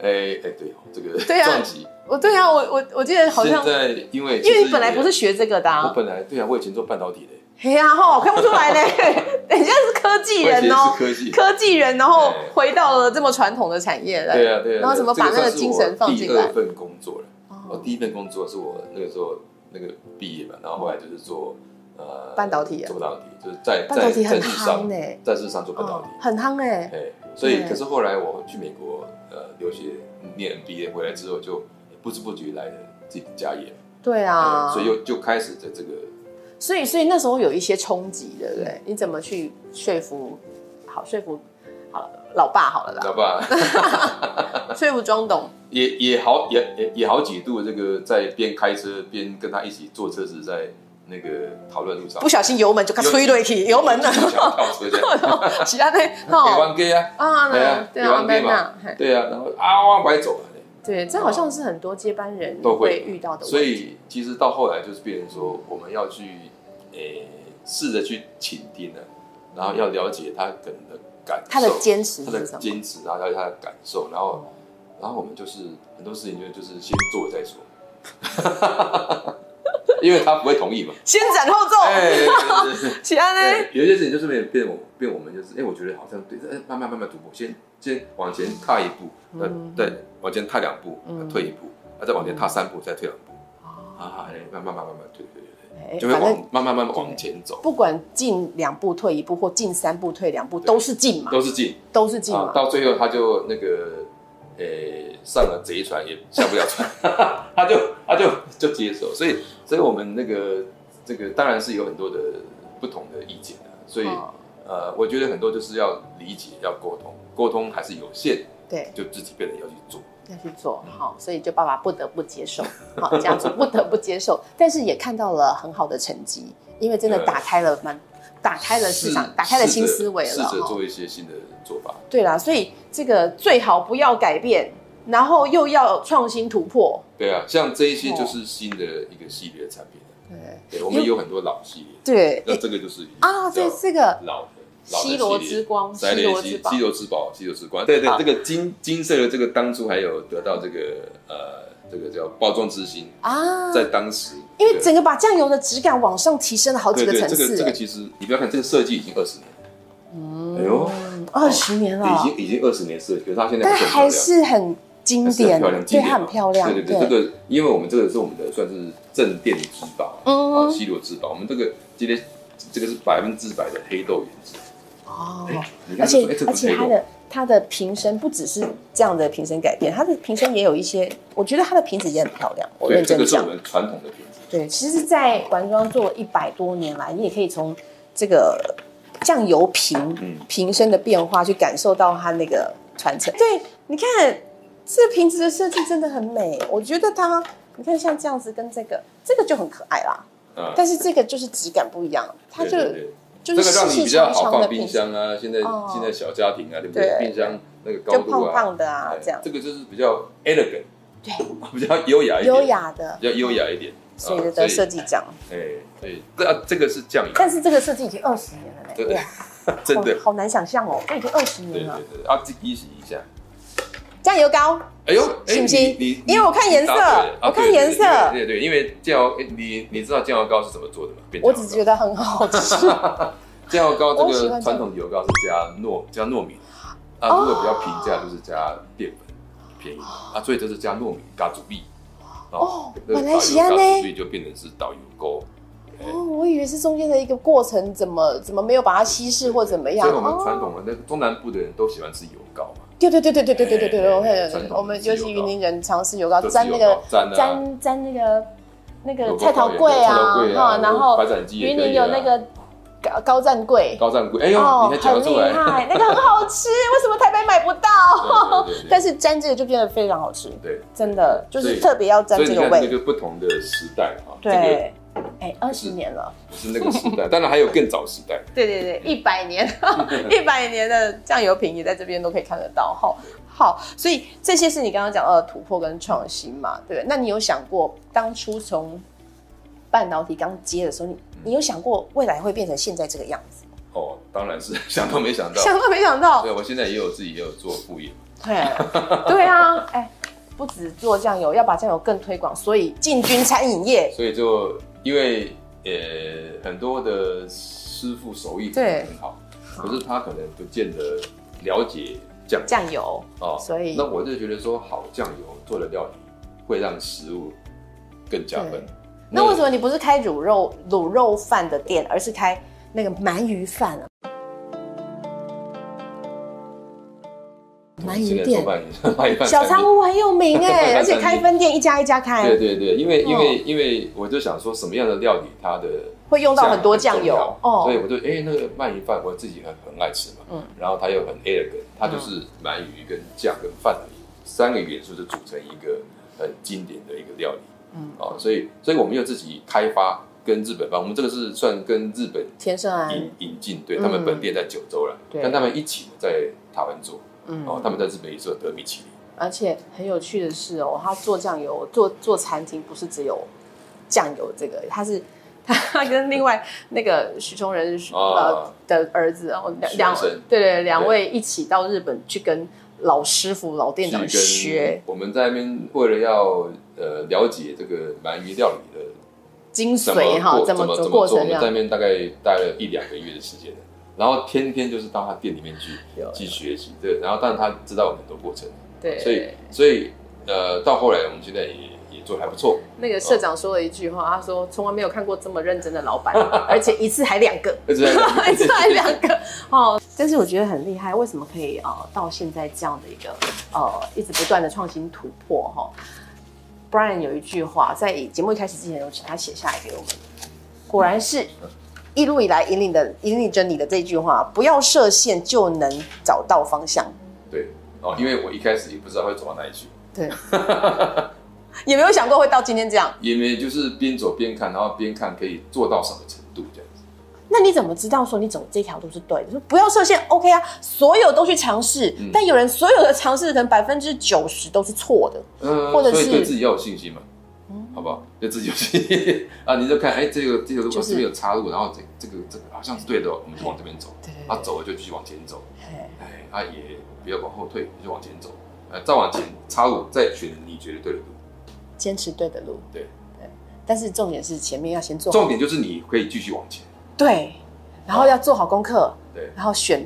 [SPEAKER 2] 哎哎对哦，这个
[SPEAKER 1] 对啊
[SPEAKER 2] 撞击。
[SPEAKER 1] 我对啊，我我我记得好像
[SPEAKER 2] 现，在因为
[SPEAKER 1] 因
[SPEAKER 2] 其
[SPEAKER 1] 为
[SPEAKER 2] 实
[SPEAKER 1] 你本来
[SPEAKER 2] 也
[SPEAKER 1] 不是学这个的
[SPEAKER 2] 我
[SPEAKER 1] 啊，
[SPEAKER 2] 本来对啊，我以前做半导体的，
[SPEAKER 1] 嘿呀吼，看不出来
[SPEAKER 2] (laughs)
[SPEAKER 1] 嘞，人家是科技
[SPEAKER 2] 我以前
[SPEAKER 1] 人哦
[SPEAKER 2] 是，科技。
[SPEAKER 1] 科技人，然后
[SPEAKER 2] 对
[SPEAKER 1] 回到了这么传统的产业来，
[SPEAKER 2] 对啊，对啊。
[SPEAKER 1] 然后怎么把那个精神放进
[SPEAKER 2] 这个
[SPEAKER 1] 来
[SPEAKER 2] 算是我？第二份工作了，我
[SPEAKER 1] 哦
[SPEAKER 2] 第一份工作是我那个时候那个毕业嘛，然后后来就是做呃
[SPEAKER 1] 半导体啊
[SPEAKER 2] 做半导体就是在
[SPEAKER 1] 半导
[SPEAKER 2] 在
[SPEAKER 1] 体很
[SPEAKER 2] 在市
[SPEAKER 1] 夯
[SPEAKER 2] 上
[SPEAKER 1] 呢、
[SPEAKER 2] 在市上做半导
[SPEAKER 1] 哦
[SPEAKER 2] 体，，
[SPEAKER 1] 很夯哎、
[SPEAKER 2] 哎，所以
[SPEAKER 1] 对
[SPEAKER 2] 可是后来我去美国呃留学念 MBA 回来之后，就不知不觉来了自己的家业，
[SPEAKER 1] 对啊，
[SPEAKER 2] 哎所以又就开始在这个
[SPEAKER 1] 所以所以那时候有一些冲击，对不对？你怎么去说服？好，说服好了，老爸好了
[SPEAKER 2] 好
[SPEAKER 1] 啦，
[SPEAKER 2] 不好？
[SPEAKER 1] 说服庄董，
[SPEAKER 2] (laughs) 也也好也也也好几度，这个在边开车边跟他一起坐车子在那个讨论路上，
[SPEAKER 1] 不小心油门就给他吹对起，油门了，
[SPEAKER 2] (laughs) 就想跳车这样，
[SPEAKER 1] 其他那
[SPEAKER 2] 给
[SPEAKER 1] (laughs) 哦
[SPEAKER 2] 完 gay 啊，
[SPEAKER 1] 啊，
[SPEAKER 2] 对啊
[SPEAKER 1] 那对
[SPEAKER 2] 给
[SPEAKER 1] 啊，
[SPEAKER 2] 完
[SPEAKER 1] 那
[SPEAKER 2] gay 嘛
[SPEAKER 1] 那嘿
[SPEAKER 2] 对啊，然后啊往外走啊，
[SPEAKER 1] 对，这好像是很多接班人
[SPEAKER 2] 都
[SPEAKER 1] 会
[SPEAKER 2] 会
[SPEAKER 1] 遇到的问题，
[SPEAKER 2] 所以其实到后来就是变成说，我们要去诶试着去倾听呢、啊然后要了解他可能的感受，
[SPEAKER 1] 他的坚持
[SPEAKER 2] 他
[SPEAKER 1] 是嗯
[SPEAKER 2] 的
[SPEAKER 1] 什么？
[SPEAKER 2] 坚持，啊然后了解他的感受，然后然后我们就是很多事情就就是先做再说， (laughs) 因为他不会同意嘛。
[SPEAKER 1] 先斩后奏，
[SPEAKER 2] 哎，对对
[SPEAKER 1] (laughs)
[SPEAKER 2] 对对
[SPEAKER 1] 其他呢？
[SPEAKER 2] 对有些事情就是变变我变我们就是，哎，我觉得好像对，哎，慢慢慢慢突破，先先往前踏一步，那
[SPEAKER 1] 嗯
[SPEAKER 2] 再往前踏两步，
[SPEAKER 1] 嗯
[SPEAKER 2] 退一步，啊，再往前踏三步，再退两步，
[SPEAKER 1] 哦
[SPEAKER 2] 啊，哎，慢慢慢慢慢慢，对对对
[SPEAKER 1] 哎
[SPEAKER 2] 对，就会
[SPEAKER 1] 反正
[SPEAKER 2] 往慢慢慢慢往前走，
[SPEAKER 1] 不管进两步退一步，或进三步退两步，
[SPEAKER 2] 对
[SPEAKER 1] 都是进嘛，
[SPEAKER 2] 都是进
[SPEAKER 1] 都是进
[SPEAKER 2] 啊，
[SPEAKER 1] 嘛。
[SPEAKER 2] 到最后他就那个。诶，上了贼船也下不了
[SPEAKER 1] (laughs)
[SPEAKER 2] 船，他就他就就接受，所以所以我们那个这个当然是有很多的不同的意见的，所以
[SPEAKER 1] 哦
[SPEAKER 2] 呃，我觉得很多就是要理解，要沟通，沟通还是有限，
[SPEAKER 1] 对，
[SPEAKER 2] 就自己变得要去做。
[SPEAKER 1] 要去做好，所以就爸爸不得不接受，好这样子不得不接受，但是也看到了很好的成绩，因为真的
[SPEAKER 2] 对
[SPEAKER 1] 打开了蛮，打开了市场
[SPEAKER 2] 试，
[SPEAKER 1] 打开了
[SPEAKER 2] 试
[SPEAKER 1] 新
[SPEAKER 2] 着
[SPEAKER 1] 思维了
[SPEAKER 2] 试着
[SPEAKER 1] 哈。
[SPEAKER 2] 做一些新的做法。
[SPEAKER 1] 对啦，所以这个最好不要改变，然后又要创新突破。
[SPEAKER 2] 对啊，像这一些就是新的一个系列产品。
[SPEAKER 1] 哦
[SPEAKER 2] 啊
[SPEAKER 1] 对
[SPEAKER 2] 对，我们有很多老系列，
[SPEAKER 1] 对
[SPEAKER 2] 那这个就是
[SPEAKER 1] 啊，
[SPEAKER 2] 比较
[SPEAKER 1] 对这个
[SPEAKER 2] 老的老的
[SPEAKER 1] 西罗之光，西
[SPEAKER 2] 塞雷
[SPEAKER 1] 罗
[SPEAKER 2] 西
[SPEAKER 1] 之宝
[SPEAKER 2] 西，罗之宝，西罗之光。对对
[SPEAKER 1] 好，
[SPEAKER 2] 这个金金色的这个当初还有得到这个呃这个叫包装之星，
[SPEAKER 1] 啊，
[SPEAKER 2] 在当时
[SPEAKER 1] 因为
[SPEAKER 2] 这个
[SPEAKER 1] 整个把酱油的质感往上提升了好几个
[SPEAKER 2] 对对，
[SPEAKER 1] 层
[SPEAKER 2] 这个
[SPEAKER 1] 次
[SPEAKER 2] 这个。其实你不要看这个设计已经二十年，
[SPEAKER 1] 嗯
[SPEAKER 2] 哎呦，
[SPEAKER 1] 二十年了，
[SPEAKER 2] 已经已经二十年设计，可是它现在
[SPEAKER 1] 但
[SPEAKER 2] 是很
[SPEAKER 1] 还
[SPEAKER 2] 漂亮
[SPEAKER 1] 是很经
[SPEAKER 2] 还是
[SPEAKER 1] 典，
[SPEAKER 2] 很
[SPEAKER 1] 对，
[SPEAKER 2] 漂亮，经典
[SPEAKER 1] 它很漂亮，
[SPEAKER 2] 对对对，这个因为我们这个是我们的算是镇店之宝，哦，
[SPEAKER 1] 嗯，
[SPEAKER 2] 西罗之宝，我们这个今天这个是百分之百的黑豆原汁，
[SPEAKER 1] 哦，
[SPEAKER 2] 你
[SPEAKER 1] 而
[SPEAKER 2] 看
[SPEAKER 1] 且
[SPEAKER 2] 就说
[SPEAKER 1] 而
[SPEAKER 2] 哎这不是
[SPEAKER 1] 且
[SPEAKER 2] 黑
[SPEAKER 1] 它
[SPEAKER 2] 豆。
[SPEAKER 1] 的它的瓶身不只是这样的瓶身改变，它的瓶身也有一些，我觉得它的瓶子也很漂亮，我
[SPEAKER 2] 对，
[SPEAKER 1] 哦认
[SPEAKER 2] 这
[SPEAKER 1] 真
[SPEAKER 2] 个是我
[SPEAKER 1] 讲，
[SPEAKER 2] 们传统的品质。
[SPEAKER 1] 对，其实，在丸庄做了一百多年来，你也可以从这个酱油瓶
[SPEAKER 2] 嗯
[SPEAKER 1] 瓶身的变化去感受到它那个传承。对，你看这瓶子的设计真的很美，我觉得它，你看像这样子跟这个，这个就很可爱啦，
[SPEAKER 2] 啊，
[SPEAKER 1] 但是这个就是质感不一样，它
[SPEAKER 2] 对
[SPEAKER 1] 就
[SPEAKER 2] 对对
[SPEAKER 1] 就
[SPEAKER 2] 这
[SPEAKER 1] 是
[SPEAKER 2] 个让你
[SPEAKER 1] 细
[SPEAKER 2] 比
[SPEAKER 1] 细
[SPEAKER 2] 较
[SPEAKER 1] 长
[SPEAKER 2] 好
[SPEAKER 1] 长的
[SPEAKER 2] 放冰
[SPEAKER 1] 瓶子，
[SPEAKER 2] 箱啊，现在
[SPEAKER 1] 哦
[SPEAKER 2] 现在小家庭啊，对不对？
[SPEAKER 1] 对
[SPEAKER 2] 冰箱那个高
[SPEAKER 1] 哦就
[SPEAKER 2] 度
[SPEAKER 1] 胖
[SPEAKER 2] 啊，
[SPEAKER 1] 胖的啊
[SPEAKER 2] 哎，
[SPEAKER 1] 这样
[SPEAKER 2] 这个就是比较 elegant，
[SPEAKER 1] 对，
[SPEAKER 2] (laughs) 比较优雅一点，
[SPEAKER 1] 优雅
[SPEAKER 2] (laughs)
[SPEAKER 1] 的，
[SPEAKER 2] 比较优雅一点。
[SPEAKER 1] 所
[SPEAKER 2] 啊
[SPEAKER 1] 以的设，计奖。
[SPEAKER 2] 所以哎，对，这啊这个是酱
[SPEAKER 1] (laughs)
[SPEAKER 2] 油，
[SPEAKER 1] 但是这个设计已经二十年了
[SPEAKER 2] 对
[SPEAKER 1] 嘞，
[SPEAKER 2] 对
[SPEAKER 1] 哇，
[SPEAKER 2] 真的
[SPEAKER 1] 哇，好难想象哦，这已经二十
[SPEAKER 2] 对
[SPEAKER 1] 年
[SPEAKER 2] 对
[SPEAKER 1] 了。
[SPEAKER 2] 对，啊，这一洗一下，
[SPEAKER 1] 酱油膏，
[SPEAKER 2] 哎呦，哎
[SPEAKER 1] 信不信
[SPEAKER 2] 你你
[SPEAKER 1] 因为我看颜色
[SPEAKER 2] 你答对了啊
[SPEAKER 1] 我看颜色
[SPEAKER 2] 对对对对对，因为酱油，哎你你知道酱油膏是怎么做的吗？变
[SPEAKER 1] 我
[SPEAKER 2] 酱
[SPEAKER 1] 只
[SPEAKER 2] 油膏
[SPEAKER 1] 觉得很好吃。
[SPEAKER 2] (laughs) 酱油膏
[SPEAKER 1] 我
[SPEAKER 2] 这
[SPEAKER 1] 哦喜
[SPEAKER 2] 个
[SPEAKER 1] 欢酱
[SPEAKER 2] 传统油膏是加糯加糯米，啊，
[SPEAKER 1] 哦
[SPEAKER 2] 如果比较平价就是加淀粉，便宜啊，所以就是加糯米加主币。
[SPEAKER 1] 哦
[SPEAKER 2] 那
[SPEAKER 1] 马来西亚
[SPEAKER 2] 导游
[SPEAKER 1] 呢
[SPEAKER 2] 咖主币就变成是导游沟，
[SPEAKER 1] 哦，我以为是中间的一个过程，怎么怎么没有把它稀释或怎么样？
[SPEAKER 2] 所以我们传
[SPEAKER 1] 哦，
[SPEAKER 2] 统的那个中南部的人都喜欢吃油膏嘛，
[SPEAKER 1] 对对对对对对对对对，
[SPEAKER 2] 哎
[SPEAKER 1] 我会
[SPEAKER 2] 传统的
[SPEAKER 1] 我们尤其
[SPEAKER 2] 自由
[SPEAKER 1] 云
[SPEAKER 2] 糕
[SPEAKER 1] 林人常吃油膏
[SPEAKER 2] 都是
[SPEAKER 1] 哦沾那个
[SPEAKER 2] 油膏沾啊
[SPEAKER 1] 沾沾那个那个
[SPEAKER 2] 油膏
[SPEAKER 1] 菜头
[SPEAKER 2] 糕
[SPEAKER 1] 柜
[SPEAKER 2] 也可以
[SPEAKER 1] 啊
[SPEAKER 2] 菜头柜
[SPEAKER 1] 哈，
[SPEAKER 2] 啊，
[SPEAKER 1] 然后
[SPEAKER 2] 白斩鸡也
[SPEAKER 1] 云
[SPEAKER 2] 可
[SPEAKER 1] 林
[SPEAKER 2] 以啊
[SPEAKER 1] 有那个高高站柜。
[SPEAKER 2] 高站柜，哎呦，
[SPEAKER 1] 哦，
[SPEAKER 2] 你还讲得
[SPEAKER 1] 很
[SPEAKER 2] 出
[SPEAKER 1] 厉
[SPEAKER 2] 来，
[SPEAKER 1] 害，那个很好吃，为什么台北买不
[SPEAKER 2] (laughs)
[SPEAKER 1] 到？
[SPEAKER 2] 对对对对
[SPEAKER 1] 但是沾这个就变得非常好吃，
[SPEAKER 2] 对，
[SPEAKER 1] 真的就是
[SPEAKER 2] 对
[SPEAKER 1] 特别要沾
[SPEAKER 2] 所以
[SPEAKER 1] 这
[SPEAKER 2] 你
[SPEAKER 1] 个
[SPEAKER 2] 看那
[SPEAKER 1] 味。
[SPEAKER 2] 个不同的时代啊，这个
[SPEAKER 1] 对，哎，二十年了。
[SPEAKER 2] 是那个时代，当然还有更早时代，
[SPEAKER 1] 对对 (laughs) 对，一百
[SPEAKER 2] (laughs)
[SPEAKER 1] 年，一百年的酱油瓶也在这边都可以看得到哈。好，所以这些是你刚刚讲到的突破跟创新嘛，对不对？那你有想过当初从半导体刚接的时候，
[SPEAKER 2] 嗯
[SPEAKER 1] 你你有想过未来会变成现在这个样子？
[SPEAKER 2] 哦，当然是想都没想到，
[SPEAKER 1] 想都没想到，
[SPEAKER 2] 对，我现在也有自己也有做副业，
[SPEAKER 1] 对对啊，哎，不止做酱油，要把酱油更推广，所以进军餐饮业，
[SPEAKER 2] 所以就因为呃很多的师傅手艺可
[SPEAKER 1] 对
[SPEAKER 2] 能很好，可是他可能不见得了解酱油
[SPEAKER 1] 酱油
[SPEAKER 2] 哦
[SPEAKER 1] 所以
[SPEAKER 2] 那我就觉得说好酱油做的料理会让食物更加分
[SPEAKER 1] 对。那为什
[SPEAKER 2] 么
[SPEAKER 1] 么你不是开卤肉卤肉饭的店，而是开那个鳗鱼饭啊？鳗鱼店，
[SPEAKER 2] 现在做鳗鱼鳗鱼饭 (laughs)
[SPEAKER 1] 小
[SPEAKER 2] 餐
[SPEAKER 1] 仓
[SPEAKER 2] 厅？
[SPEAKER 1] 屋很有名哎、
[SPEAKER 2] (laughs) 饭
[SPEAKER 1] 而且开分店一家一家开，
[SPEAKER 2] 对对对，因为
[SPEAKER 1] 哦
[SPEAKER 2] 因为因为我就想说什么样的料理它的
[SPEAKER 1] 会用到很多酱油哦
[SPEAKER 2] 很重要所以我就哎、那个鳗鱼饭我自己很很爱吃嘛，
[SPEAKER 1] 嗯
[SPEAKER 2] 然后它又很 elegant，它就是鳗鱼跟酱跟饭而已三个元素就组成一个很经典的一个料理，
[SPEAKER 1] 嗯
[SPEAKER 2] 哦，所以所以我们又自己开发跟日本饭，我们这个是算跟日本
[SPEAKER 1] 田胜安，
[SPEAKER 2] 引引进，对
[SPEAKER 1] 嗯
[SPEAKER 2] 他们本店在九州了，
[SPEAKER 1] 对
[SPEAKER 2] 但他们一起在台湾做，
[SPEAKER 1] 嗯
[SPEAKER 2] 哦，他们在日本也做得米其林，
[SPEAKER 1] 而且很有趣的是哦，他做酱油做做餐厅不是只有酱油这个，他是他跟另外那个许崇仁
[SPEAKER 2] 哦
[SPEAKER 1] 呃的儿子哦两
[SPEAKER 2] 许
[SPEAKER 1] 两
[SPEAKER 2] 先生
[SPEAKER 1] 对对两位一起到日本去跟老师傅老店长
[SPEAKER 2] 去跟
[SPEAKER 1] 学
[SPEAKER 2] 我们在那边为了要呃了解这个鳗鱼料理的
[SPEAKER 1] 精
[SPEAKER 2] 怎么
[SPEAKER 1] 髓哈，
[SPEAKER 2] 过
[SPEAKER 1] 怎么
[SPEAKER 2] 怎么
[SPEAKER 1] 走
[SPEAKER 2] 怎
[SPEAKER 1] 过
[SPEAKER 2] 么做？我
[SPEAKER 1] 程这
[SPEAKER 2] 们在那
[SPEAKER 1] 样。
[SPEAKER 2] 边大概待了一两个月的时间了然后天天就是到他店里面去
[SPEAKER 1] 有有
[SPEAKER 2] 去学习，对，然后但他知道我们很多过程，
[SPEAKER 1] 对，
[SPEAKER 2] 所以所以呃，到后来我们现在也也做的还不错，
[SPEAKER 1] 那个社长说了一句话，他说从来没有看过这么认真的老
[SPEAKER 2] (laughs)
[SPEAKER 1] 板，而且一次还两个。
[SPEAKER 2] 而且
[SPEAKER 1] (laughs) 还差两个哦。但是我觉得很厉害，为什么可以呃到现在这样的一个呃一直不断的创新突破哈、Brian 有一句话在节目一开始之前，我请他写下来给我们，果然是一路以来引领的引领着你的这句话，不要设限就能找到方向。
[SPEAKER 2] 对，哦，因为我一开始也不知道会走到哪里去，
[SPEAKER 1] 对， (laughs) 也没有想过会到今天这样。
[SPEAKER 2] 也没就是边走边看，然后边看可以做到什么程度这样子。
[SPEAKER 1] 那你怎么知道说你走这条路是对的？说不要设限，OK 啊，所有都去尝试。
[SPEAKER 2] 嗯
[SPEAKER 1] 但有人所有的尝试，可能百分之九十都是错的。
[SPEAKER 2] 呃，
[SPEAKER 1] 或者
[SPEAKER 2] 所以对
[SPEAKER 1] 是嗯
[SPEAKER 2] 自己要有信心嘛，好不好？对自己有信心 (laughs) 啊，你就看，哎，这个这条路
[SPEAKER 1] 就
[SPEAKER 2] 我
[SPEAKER 1] 是
[SPEAKER 2] 是不是有岔路？然后这这个这个好像是对的哦，我们就往这边走。
[SPEAKER 1] 对对
[SPEAKER 2] 啊，走了就继续往前走，
[SPEAKER 1] 对，
[SPEAKER 2] 哎，啊也不要往后退，就往前走，呃，再往前插入，再选你觉得对的路。
[SPEAKER 1] 坚持对的路。
[SPEAKER 2] 对
[SPEAKER 1] 对，但是重点是前面要先做好
[SPEAKER 2] 重点就是你可以继续往前，
[SPEAKER 1] 对，然后要做好功课，
[SPEAKER 2] 对，
[SPEAKER 1] 然后选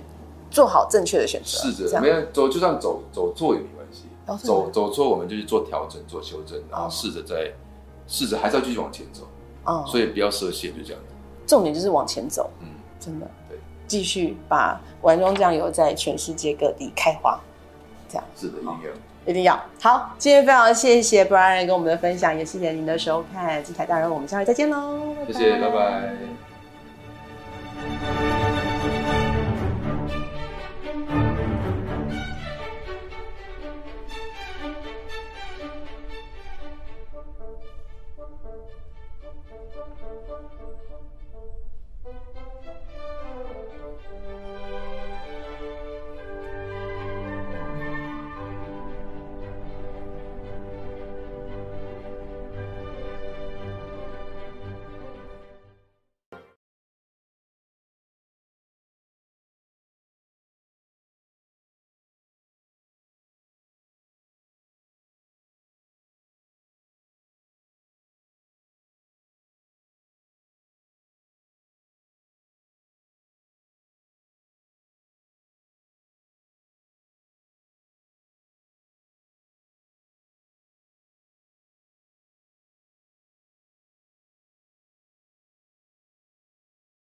[SPEAKER 1] 做好正确的选择。
[SPEAKER 2] 试
[SPEAKER 1] 啊这
[SPEAKER 2] 着
[SPEAKER 1] 样
[SPEAKER 2] 没有走，就算走走错也没关系
[SPEAKER 1] 哦，是吗
[SPEAKER 2] 走走错我们就去做调整、做修正，然后试着再试着还是要继续往前走，
[SPEAKER 1] 嗯，
[SPEAKER 2] 所以不要设限，就这样子。
[SPEAKER 1] 重点就是往前走，
[SPEAKER 2] 嗯，
[SPEAKER 1] 真的。
[SPEAKER 2] 对，
[SPEAKER 1] 继续把玩庄酱油在全世界各地开花。
[SPEAKER 2] 是的，一定要。
[SPEAKER 1] 一定要好，今天非常谢谢 Brian 跟我们的分享，也谢谢您的收看《精彩大人物》，我们下回再见喽，
[SPEAKER 2] 谢谢，拜拜。